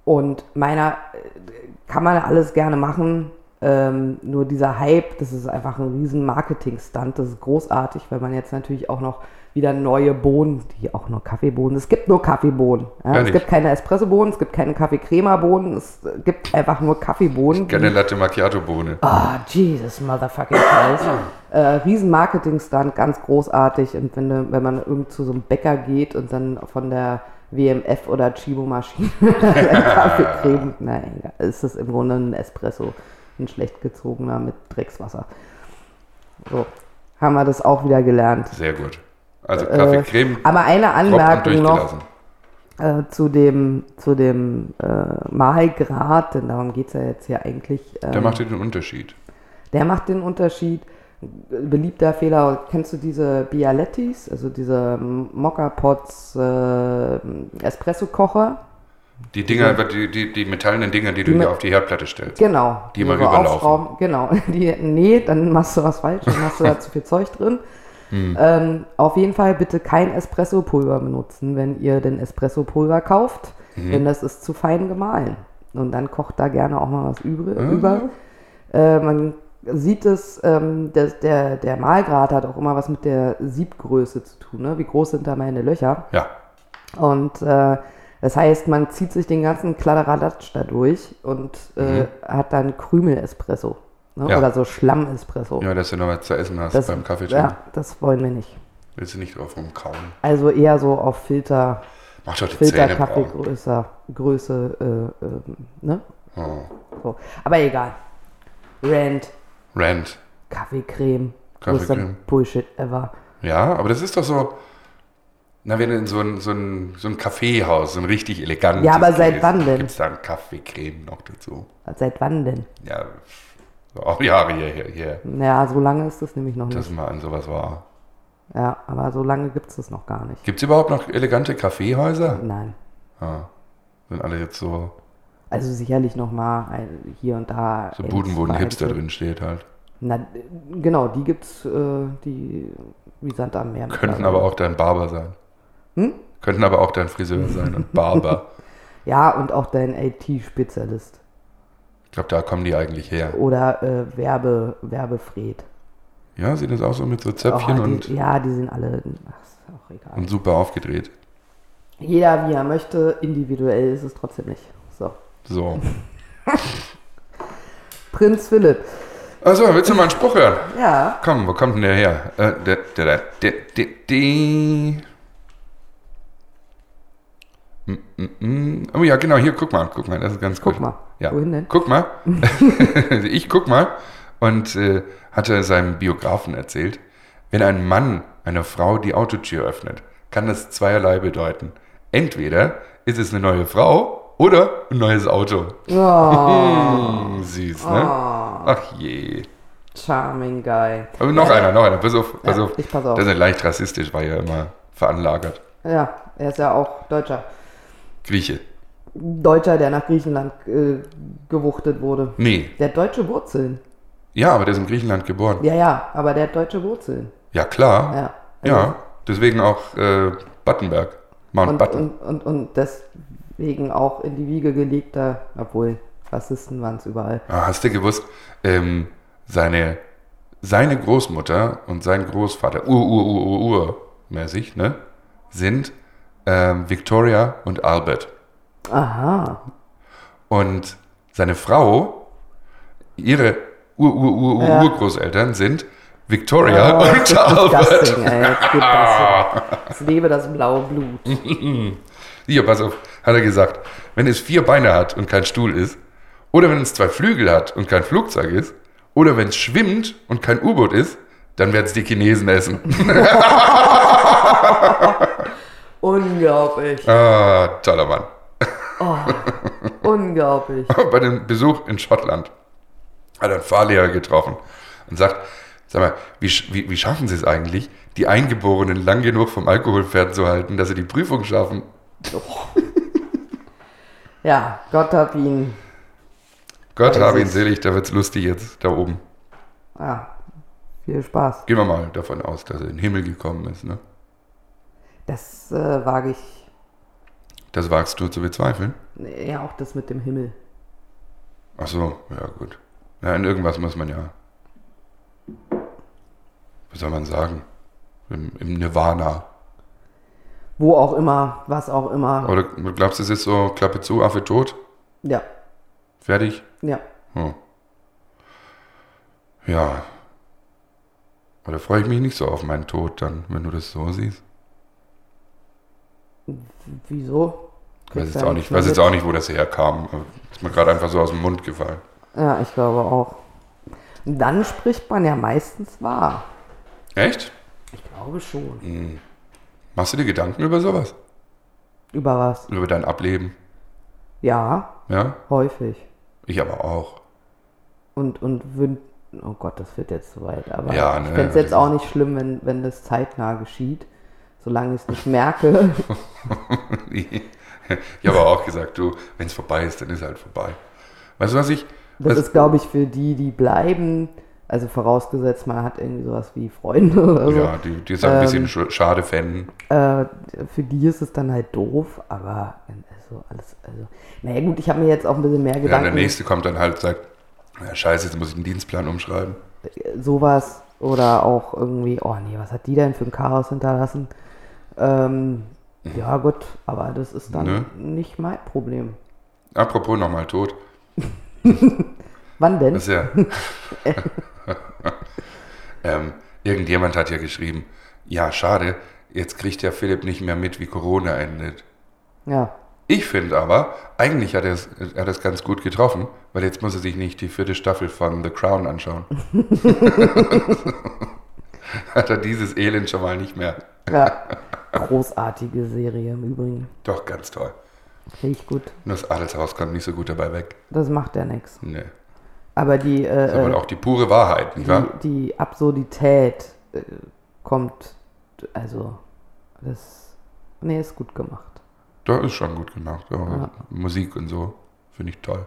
[SPEAKER 1] und meiner äh, kann man alles gerne machen. Ähm, nur dieser Hype, das ist einfach ein riesen Marketing-Stunt. Das ist großartig, weil man jetzt natürlich auch noch wieder neue Bohnen, die auch nur Kaffeebohnen, es gibt nur Kaffeebohnen. Ja, es
[SPEAKER 2] Ehrlich?
[SPEAKER 1] gibt keine Espressobohnen, es gibt keine Kaffeecrema-Bohnen, es gibt einfach nur Kaffeebohnen.
[SPEAKER 2] Gerne Latte Macchiato-Bohne.
[SPEAKER 1] Ah, Jesus motherfucking Christ. äh, riesen Marketing-Stunt, ganz großartig. Und wenn, du, wenn man irgend zu so einem Bäcker geht und dann von der WMF oder Chibo-Maschine einen Kaffee kriegen, nein, egal. ist das im Grunde ein Espresso, ein schlecht gezogener mit Dreckswasser. So, haben wir das auch wieder gelernt.
[SPEAKER 2] Sehr gut. Also Kaffeecreme,
[SPEAKER 1] Aber eine
[SPEAKER 2] grob
[SPEAKER 1] Äh,
[SPEAKER 2] und
[SPEAKER 1] Anmerkung noch
[SPEAKER 2] durchgelassen.
[SPEAKER 1] äh, zu dem, zu dem äh, Mahlgrad, denn darum geht es ja jetzt hier eigentlich.
[SPEAKER 2] Der
[SPEAKER 1] ähm,
[SPEAKER 2] macht dir den Unterschied.
[SPEAKER 1] Der macht den Unterschied. Beliebter Fehler, kennst du diese Bialettis, also diese Mokka-Pots, äh, Espresso-Kocher?
[SPEAKER 2] Die Dinger, die, die, die metallenen Dinger, die du
[SPEAKER 1] Die
[SPEAKER 2] hier
[SPEAKER 1] mit-
[SPEAKER 2] auf die Herdplatte stellst.
[SPEAKER 1] Genau.
[SPEAKER 2] Die immer
[SPEAKER 1] so
[SPEAKER 2] rüberlaufen.
[SPEAKER 1] aufschrauben- Genau. Die, nee, dann machst du was falsch, dann hast du da zu viel Zeug drin.
[SPEAKER 2] Hm.
[SPEAKER 1] Ähm, auf jeden Fall bitte kein Espressopulver benutzen, wenn ihr den Espressopulver kauft,
[SPEAKER 2] Mhm.
[SPEAKER 1] denn das ist zu fein gemahlen. Und dann kocht da gerne auch mal was übrig,
[SPEAKER 2] Mhm.
[SPEAKER 1] über. Äh, man sieht es, ähm, der, der, der Mahlgrad hat auch immer was mit der Siebgröße zu tun. Ne? Wie groß sind da meine Löcher?
[SPEAKER 2] Ja,
[SPEAKER 1] Und äh, das heißt, man zieht sich den ganzen Kladderadatsch da durch und äh, hat dann Krümel-Espresso. Ne?
[SPEAKER 2] Mhm. Ja.
[SPEAKER 1] Oder so Schlamm-Espresso.
[SPEAKER 2] ja, dass du noch was zu essen hast
[SPEAKER 1] das,
[SPEAKER 2] beim Kaffee.
[SPEAKER 1] ja, das wollen wir nicht.
[SPEAKER 2] Willst du nicht drauf rumkauen?
[SPEAKER 1] Also eher so auf Filter,
[SPEAKER 2] Mach doch die Zähne braun.
[SPEAKER 1] Filterkaffeegröße, Größe, äh, ähm, ne?
[SPEAKER 2] Oh.
[SPEAKER 1] So. Aber egal. Rand,
[SPEAKER 2] Rand.
[SPEAKER 1] Kaffeecreme, größter
[SPEAKER 2] Kaffeecreme.
[SPEAKER 1] Bullshit ever.
[SPEAKER 2] Ja, aber das ist doch so. Na, wenn du in so ein, so ein, so ein Kaffeehaus, so ein richtig elegantes.
[SPEAKER 1] Ja, aber seit
[SPEAKER 2] gehst,
[SPEAKER 1] wann denn?
[SPEAKER 2] Gibt's da einen Kaffeecreme noch dazu?
[SPEAKER 1] Seit wann denn?
[SPEAKER 2] Ja, auch Jahre hierher. Hier,
[SPEAKER 1] Ja, so lange ist das nämlich noch
[SPEAKER 2] dass
[SPEAKER 1] nicht.
[SPEAKER 2] mal an sowas war.
[SPEAKER 1] Ja, aber so lange gibt es das noch gar nicht.
[SPEAKER 2] Gibt's überhaupt noch elegante Kaffeehäuser?
[SPEAKER 1] Nein.
[SPEAKER 2] Ah, sind alle jetzt so,
[SPEAKER 1] Also sicherlich nochmal ein, hier und da.
[SPEAKER 2] so
[SPEAKER 1] eins,
[SPEAKER 2] Buden, wo ein
[SPEAKER 1] zwei,
[SPEAKER 2] Hipster
[SPEAKER 1] eins.
[SPEAKER 2] drin steht halt.
[SPEAKER 1] Na, äh, genau, die gibt's, äh, die wie Sand am Meer.
[SPEAKER 2] Könnten aber auch dein Barber sein.
[SPEAKER 1] Hm?
[SPEAKER 2] Könnten aber auch dein Friseur sein und Barber.
[SPEAKER 1] Ja, und auch dein IT-Spezialist.
[SPEAKER 2] Ich glaube, da kommen die eigentlich her.
[SPEAKER 1] Oder äh, Werbe, Werbefred.
[SPEAKER 2] Ja, sieht das auch so mit so
[SPEAKER 1] Oh,
[SPEAKER 2] Zöpfchen
[SPEAKER 1] die,
[SPEAKER 2] und,
[SPEAKER 1] ja, die sind alle. Ach, ist auch egal.
[SPEAKER 2] und super aufgedreht.
[SPEAKER 1] Jeder wie er möchte, individuell ist es trotzdem nicht. So.
[SPEAKER 2] So.
[SPEAKER 1] Prinz Philipp.
[SPEAKER 2] Also, willst du mal einen Spruch hören?
[SPEAKER 1] Ja.
[SPEAKER 2] Komm, wo kommt denn der her? Äh, der, der, der, der, der, der. Mm, mm, mm. Oh ja, genau, hier, guck mal, guck mal, das ist ganz
[SPEAKER 1] Guck
[SPEAKER 2] gut.
[SPEAKER 1] mal.
[SPEAKER 2] Ja.
[SPEAKER 1] Wohin denn?
[SPEAKER 2] Guck mal. ich guck mal. Und äh, hatte seinem Biografen erzählt, wenn ein Mann einer Frau die Autotür öffnet, kann das zweierlei bedeuten. Entweder ist es eine neue Frau oder ein neues Auto.
[SPEAKER 1] Oh,
[SPEAKER 2] Hm, süß, ne? Ach je.
[SPEAKER 1] charming guy.
[SPEAKER 2] Aber noch einer, noch einer. Pass auf, pass
[SPEAKER 1] Ja,
[SPEAKER 2] auf.
[SPEAKER 1] ich pass auf.
[SPEAKER 2] Also, Das ist leicht rassistisch, war ja immer veranlagert.
[SPEAKER 1] Ja, er ist ja auch Deutscher.
[SPEAKER 2] Grieche.
[SPEAKER 1] Deutscher, der nach Griechenland äh, gewuchtet wurde.
[SPEAKER 2] Nee.
[SPEAKER 1] Der hat deutsche Wurzeln.
[SPEAKER 2] Ja, aber der ist in Griechenland geboren.
[SPEAKER 1] Ja, also ja, aber der hat deutsche Wurzeln.
[SPEAKER 2] Ja, klar.
[SPEAKER 1] Ja.
[SPEAKER 2] Ja, deswegen auch äh, Battenberg. Mount
[SPEAKER 1] Und,
[SPEAKER 2] Batten.
[SPEAKER 1] und, und, und deswegen auch in die Wiege gelegter, obwohl Rassisten waren es überall.
[SPEAKER 2] Ah, hast du gewusst, ähm, seine, seine Großmutter und sein Großvater, ur ur ur ur ur mäßig, ne, sind ähm, Victoria und Albert.
[SPEAKER 1] Aha.
[SPEAKER 2] Und seine Frau, ihre ur ur ur ur
[SPEAKER 1] Ja.
[SPEAKER 2] Urgroßeltern sind Victoria
[SPEAKER 1] Oh, jetzt
[SPEAKER 2] und Ah.
[SPEAKER 1] geht Das,
[SPEAKER 2] Albert.
[SPEAKER 1] Ding, ey, jetzt geht das Ding. Es lebe das blaue Blut.
[SPEAKER 2] Hier, pass auf, hat er gesagt, wenn es vier Beine hat und kein Stuhl ist, oder wenn es zwei Flügel hat und kein Flugzeug ist, oder wenn es schwimmt und kein U-Boot ist, dann werden es die Chinesen essen.
[SPEAKER 1] Unglaublich.
[SPEAKER 2] Ah, toller Mann.
[SPEAKER 1] Oh, Unglaublich.
[SPEAKER 2] Bei dem Besuch in Schottland hat er einen Fahrlehrer getroffen und sagt, sag mal, wie, sch- wie, wie schaffen Sie es eigentlich, die Eingeborenen lang genug vom Alkohol fernzuhalten, dass sie die Prüfung schaffen?
[SPEAKER 1] Ja, Gott hab ihn.
[SPEAKER 2] Gott
[SPEAKER 1] Weiß
[SPEAKER 2] habe ihn
[SPEAKER 1] ich.
[SPEAKER 2] selig, da wird's lustig jetzt, da oben.
[SPEAKER 1] Ah, viel Spaß.
[SPEAKER 2] Gehen wir mal davon aus, dass er in den Himmel gekommen ist. Ne?
[SPEAKER 1] Das äh, wage ich.
[SPEAKER 2] Das wagst du zu bezweifeln?
[SPEAKER 1] Nee, Ja, auch das mit dem Himmel.
[SPEAKER 2] Ach so, ja gut. Ja, in irgendwas muss man ja. Was soll man sagen? Im, im Nirvana.
[SPEAKER 1] Wo auch immer, was auch immer.
[SPEAKER 2] Oder glaubst du, es ist so, Klappe zu, Affe tot,
[SPEAKER 1] Ja,
[SPEAKER 2] fertig?
[SPEAKER 1] ja.
[SPEAKER 2] Hm. Ja. Aber da freue ich mich nicht so auf meinen Tod dann, wenn du das so siehst.
[SPEAKER 1] Wieso?
[SPEAKER 2] Ich weiß
[SPEAKER 1] Kriegst
[SPEAKER 2] jetzt
[SPEAKER 1] ja
[SPEAKER 2] auch
[SPEAKER 1] nichts
[SPEAKER 2] nicht,
[SPEAKER 1] mehr
[SPEAKER 2] weiß jetzt
[SPEAKER 1] mit.
[SPEAKER 2] auch nicht, wo das herkam. Ist mir gerade einfach so aus dem Mund gefallen.
[SPEAKER 1] Ja, ich glaube auch. Und dann spricht man ja meistens wahr.
[SPEAKER 2] Echt?
[SPEAKER 1] Ich glaube
[SPEAKER 2] Mhm.
[SPEAKER 1] schon.
[SPEAKER 2] Machst du dir Gedanken über sowas?
[SPEAKER 1] Über was?
[SPEAKER 2] Über dein Ableben?
[SPEAKER 1] Ja,
[SPEAKER 2] Ja?
[SPEAKER 1] häufig.
[SPEAKER 2] Ich aber auch.
[SPEAKER 1] Und, und wün- Oh Gott, das wird jetzt zu weit. Aber
[SPEAKER 2] Ja,
[SPEAKER 1] ich
[SPEAKER 2] ne,
[SPEAKER 1] fände es
[SPEAKER 2] das
[SPEAKER 1] jetzt auch nicht schlimm, wenn, wenn das zeitnah geschieht. Solange ich es nicht merke.
[SPEAKER 2] ich habe auch gesagt, du, wenn es vorbei ist, dann ist halt vorbei. Weißt du, was ich.
[SPEAKER 1] Das
[SPEAKER 2] Was,
[SPEAKER 1] ist, glaube ich, für die, die bleiben, also vorausgesetzt, man hat irgendwie sowas wie Freunde oder so, ähm,
[SPEAKER 2] ja, die, die ist halt ein bisschen sch- schade fänden.
[SPEAKER 1] äh, für die ist es dann halt doof, aber also alles, also, naja gut, ich habe mir jetzt auch ein bisschen mehr
[SPEAKER 2] Ja, der
[SPEAKER 1] Gedanken,
[SPEAKER 2] nächste kommt dann halt und sagt, ja, scheiße, jetzt muss ich den Dienstplan umschreiben.
[SPEAKER 1] sowas oder auch irgendwie, oh nee, was hat die denn für ein Chaos hinterlassen? Ähm, ja gut, aber das ist dann
[SPEAKER 2] Mhm. Ne?
[SPEAKER 1] nicht mein Problem.
[SPEAKER 2] Apropos nochmal tot.
[SPEAKER 1] Wann denn?
[SPEAKER 2] Das ist ja. ähm, irgendjemand hat ja geschrieben, ja, schade, jetzt kriegt ja Philipp nicht mehr mit, wie Corona endet.
[SPEAKER 1] ja,
[SPEAKER 2] Ich finde aber, eigentlich hat er es hat er's ganz gut getroffen, weil jetzt muss er sich nicht die vierte Staffel von The Crown anschauen. hat er dieses Elend schon mal nicht mehr.
[SPEAKER 1] ja. Großartige Serie im Übrigen.
[SPEAKER 2] Doch, ganz toll.
[SPEAKER 1] Richtig gut.
[SPEAKER 2] Nur das Adelshaus kommt nicht so gut dabei weg.
[SPEAKER 1] Das macht ja nichts.
[SPEAKER 2] Nee.
[SPEAKER 1] Aber die,
[SPEAKER 2] Das ist
[SPEAKER 1] äh, Mhm.
[SPEAKER 2] aber
[SPEAKER 1] äh,
[SPEAKER 2] auch die pure Wahrheit, nicht wahr?
[SPEAKER 1] die, die Absurdität äh, kommt, also das, nee, ist gut gemacht.
[SPEAKER 2] Doch, ist schon gut gemacht. Aber
[SPEAKER 1] Ja. Mhm.
[SPEAKER 2] Musik und so finde ich toll.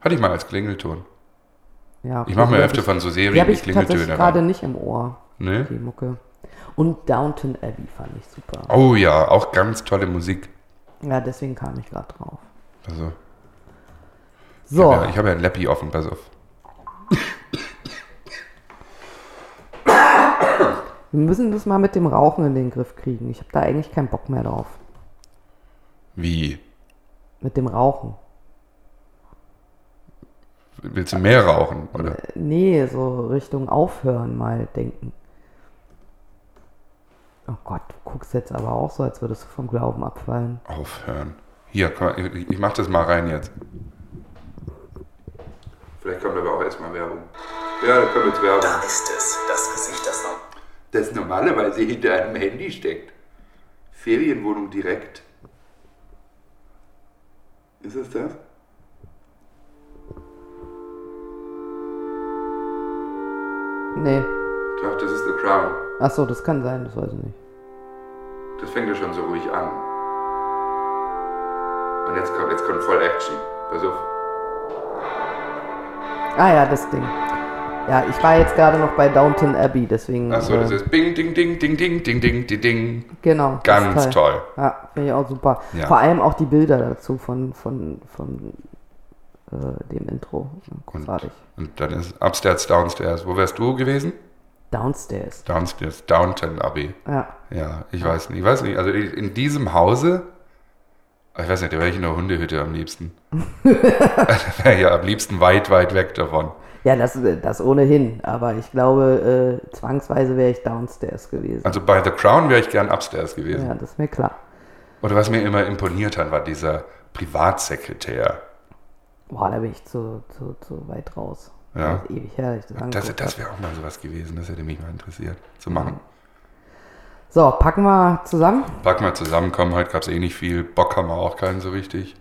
[SPEAKER 2] Hatte ich mal als Klingelton.
[SPEAKER 1] Ja,
[SPEAKER 2] Ich mache mir
[SPEAKER 1] die
[SPEAKER 2] öfter
[SPEAKER 1] hab
[SPEAKER 2] von so
[SPEAKER 1] ich, die
[SPEAKER 2] Serien
[SPEAKER 1] hab
[SPEAKER 2] die
[SPEAKER 1] ich tatsächlich
[SPEAKER 2] Klingeltöne
[SPEAKER 1] gerade
[SPEAKER 2] rein.
[SPEAKER 1] nicht im Ohr,
[SPEAKER 2] Nee?
[SPEAKER 1] die Mucke. Und Downton Abbey fand ich super.
[SPEAKER 2] Oh ja, auch ganz tolle Musik.
[SPEAKER 1] Ja, deswegen kam ich gerade drauf.
[SPEAKER 2] Also,
[SPEAKER 1] So,
[SPEAKER 2] ja, ich habe ja ein Läppi offen, pass auf.
[SPEAKER 1] wir müssen das mal mit dem Rauchen in den Griff kriegen. Ich habe da eigentlich keinen Bock mehr drauf.
[SPEAKER 2] Wie?
[SPEAKER 1] Mit dem Rauchen.
[SPEAKER 2] Willst du mehr rauchen? Oder?
[SPEAKER 1] Äh, Nee, so Richtung Aufhören mal denken. Oh Gott, du guckst jetzt aber auch so, als würdest du vom Glauben abfallen.
[SPEAKER 2] Aufhören. Hier, komm, mal, ich, ich mach das mal rein jetzt. Vielleicht kommt aber auch erstmal Werbung. Ja, da kommt jetzt Werbung.
[SPEAKER 3] Da ist es, das Gesicht, das noch.
[SPEAKER 2] Das normalerweise hinter einem Handy steckt. Ferienwohnung direkt. Ist das das?
[SPEAKER 1] Nee.
[SPEAKER 2] Doch, das ist The Crown.
[SPEAKER 1] Achso, das kann sein, das weiß ich nicht.
[SPEAKER 2] Das fängt ja schon so ruhig an. Und jetzt kommt, jetzt kommt voll Action. Pass auf.
[SPEAKER 1] Ah ja, das Ding. Ja, ich war jetzt gerade noch bei Downton Abbey, deswegen.
[SPEAKER 2] Achso, das
[SPEAKER 1] äh,
[SPEAKER 2] ist Bing, Ding, Ding, Ding, Ding, Ding, Ding, Ding, Ding.
[SPEAKER 1] Genau. das
[SPEAKER 2] Ganz
[SPEAKER 1] ist
[SPEAKER 2] toll.
[SPEAKER 1] Ja, finde ich auch super.
[SPEAKER 2] Ja.
[SPEAKER 1] Vor allem auch die Bilder dazu von, von, von äh, dem Intro. Großartig.
[SPEAKER 2] Und dann ist Upstairs, Downstairs. Wo wärst du gewesen?
[SPEAKER 1] Downstairs.
[SPEAKER 2] Downstairs, Downton Abbey.
[SPEAKER 1] Ja.
[SPEAKER 2] Ja, ich weiß nicht, ich weiß nicht. Also in diesem Hause, ich weiß nicht, da wäre ich in der Hundehütte am liebsten. da wäre ich ja am liebsten weit, weit weg davon.
[SPEAKER 1] Ja, das, das ohnehin. Aber ich glaube, äh, zwangsweise wäre ich downstairs gewesen.
[SPEAKER 2] Also bei The Crown wäre ich gern upstairs gewesen.
[SPEAKER 1] Ja, das ist mir klar.
[SPEAKER 2] Oder was mir immer imponiert hat, war dieser Privatsekretär.
[SPEAKER 1] Boah, da bin ich zu, zu, zu weit raus.
[SPEAKER 2] Ja.
[SPEAKER 1] Das ist ewig her, dass ich das
[SPEAKER 2] Das,
[SPEAKER 1] angeguckt
[SPEAKER 2] das
[SPEAKER 1] hab.
[SPEAKER 2] wäre auch mal sowas gewesen, das hätte mich mal interessiert zu machen.
[SPEAKER 1] So, packen wir zusammen.
[SPEAKER 2] Pack mal zusammenkommen, heute gab es eh nicht viel. Bock haben wir auch keinen so richtig.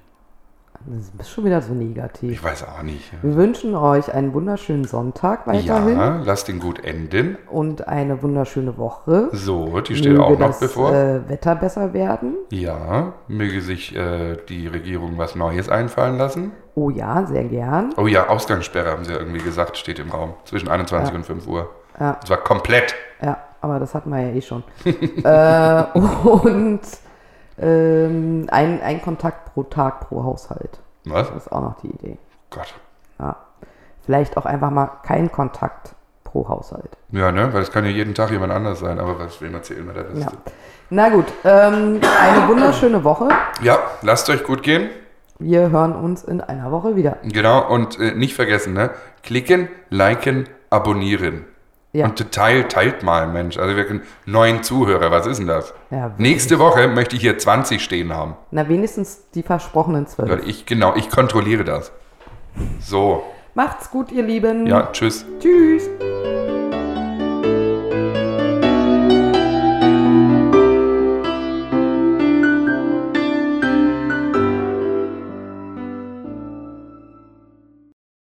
[SPEAKER 1] Das ist schon wieder so negativ.
[SPEAKER 2] Ich weiß auch nicht.
[SPEAKER 1] Wir wünschen euch einen wunderschönen Sonntag weiterhin
[SPEAKER 2] Ja, lass den gut enden.
[SPEAKER 1] und eine wunderschöne Woche.
[SPEAKER 2] So, die steht
[SPEAKER 1] Möge
[SPEAKER 2] auch noch
[SPEAKER 1] das,
[SPEAKER 2] bevor.
[SPEAKER 1] Äh, Wetter besser werden.
[SPEAKER 2] Ja, möge sich äh, die Regierung was Neues einfallen lassen.
[SPEAKER 1] Oh ja, sehr gern.
[SPEAKER 2] Oh ja, Ausgangssperre haben sie ja irgendwie gesagt, steht im Raum. Zwischen 21
[SPEAKER 1] Ja.
[SPEAKER 2] und 5 Uhr.
[SPEAKER 1] Ja.
[SPEAKER 2] Und zwar komplett.
[SPEAKER 1] Ja, aber das hatten wir ja eh schon. äh, und ähm, ein, ein Kontakt pro Tag pro Haushalt.
[SPEAKER 2] Was? Oh
[SPEAKER 1] Das ist auch noch die Idee.
[SPEAKER 2] Gott.
[SPEAKER 1] Ja. Vielleicht auch einfach mal kein Kontakt pro Haushalt.
[SPEAKER 2] Ja, ne? Weil es kann ja jeden Tag jemand anders sein, aber was will man erzählen, wer der
[SPEAKER 1] Ja.
[SPEAKER 2] Beste?
[SPEAKER 1] Na gut, ähm, eine wunderschöne Woche.
[SPEAKER 2] Ja. lasst euch gut gehen.
[SPEAKER 1] Wir hören uns in einer Woche wieder.
[SPEAKER 2] Genau, und äh, nicht vergessen, ne? Klicken, liken, abonnieren.
[SPEAKER 1] Ja.
[SPEAKER 2] Und teilt, teilt mal, Mensch. Also wir können neun Zuhörer, was ist denn das?
[SPEAKER 1] Ja, wirklich.
[SPEAKER 2] Nächste Woche möchte ich hier 20 stehen haben.
[SPEAKER 1] Na, wenigstens die versprochenen zwölf.
[SPEAKER 2] Leute, Ich, genau, ich kontrolliere das. So,
[SPEAKER 1] Macht's gut, ihr Lieben.
[SPEAKER 2] ja, tschüss.
[SPEAKER 1] Tschüss.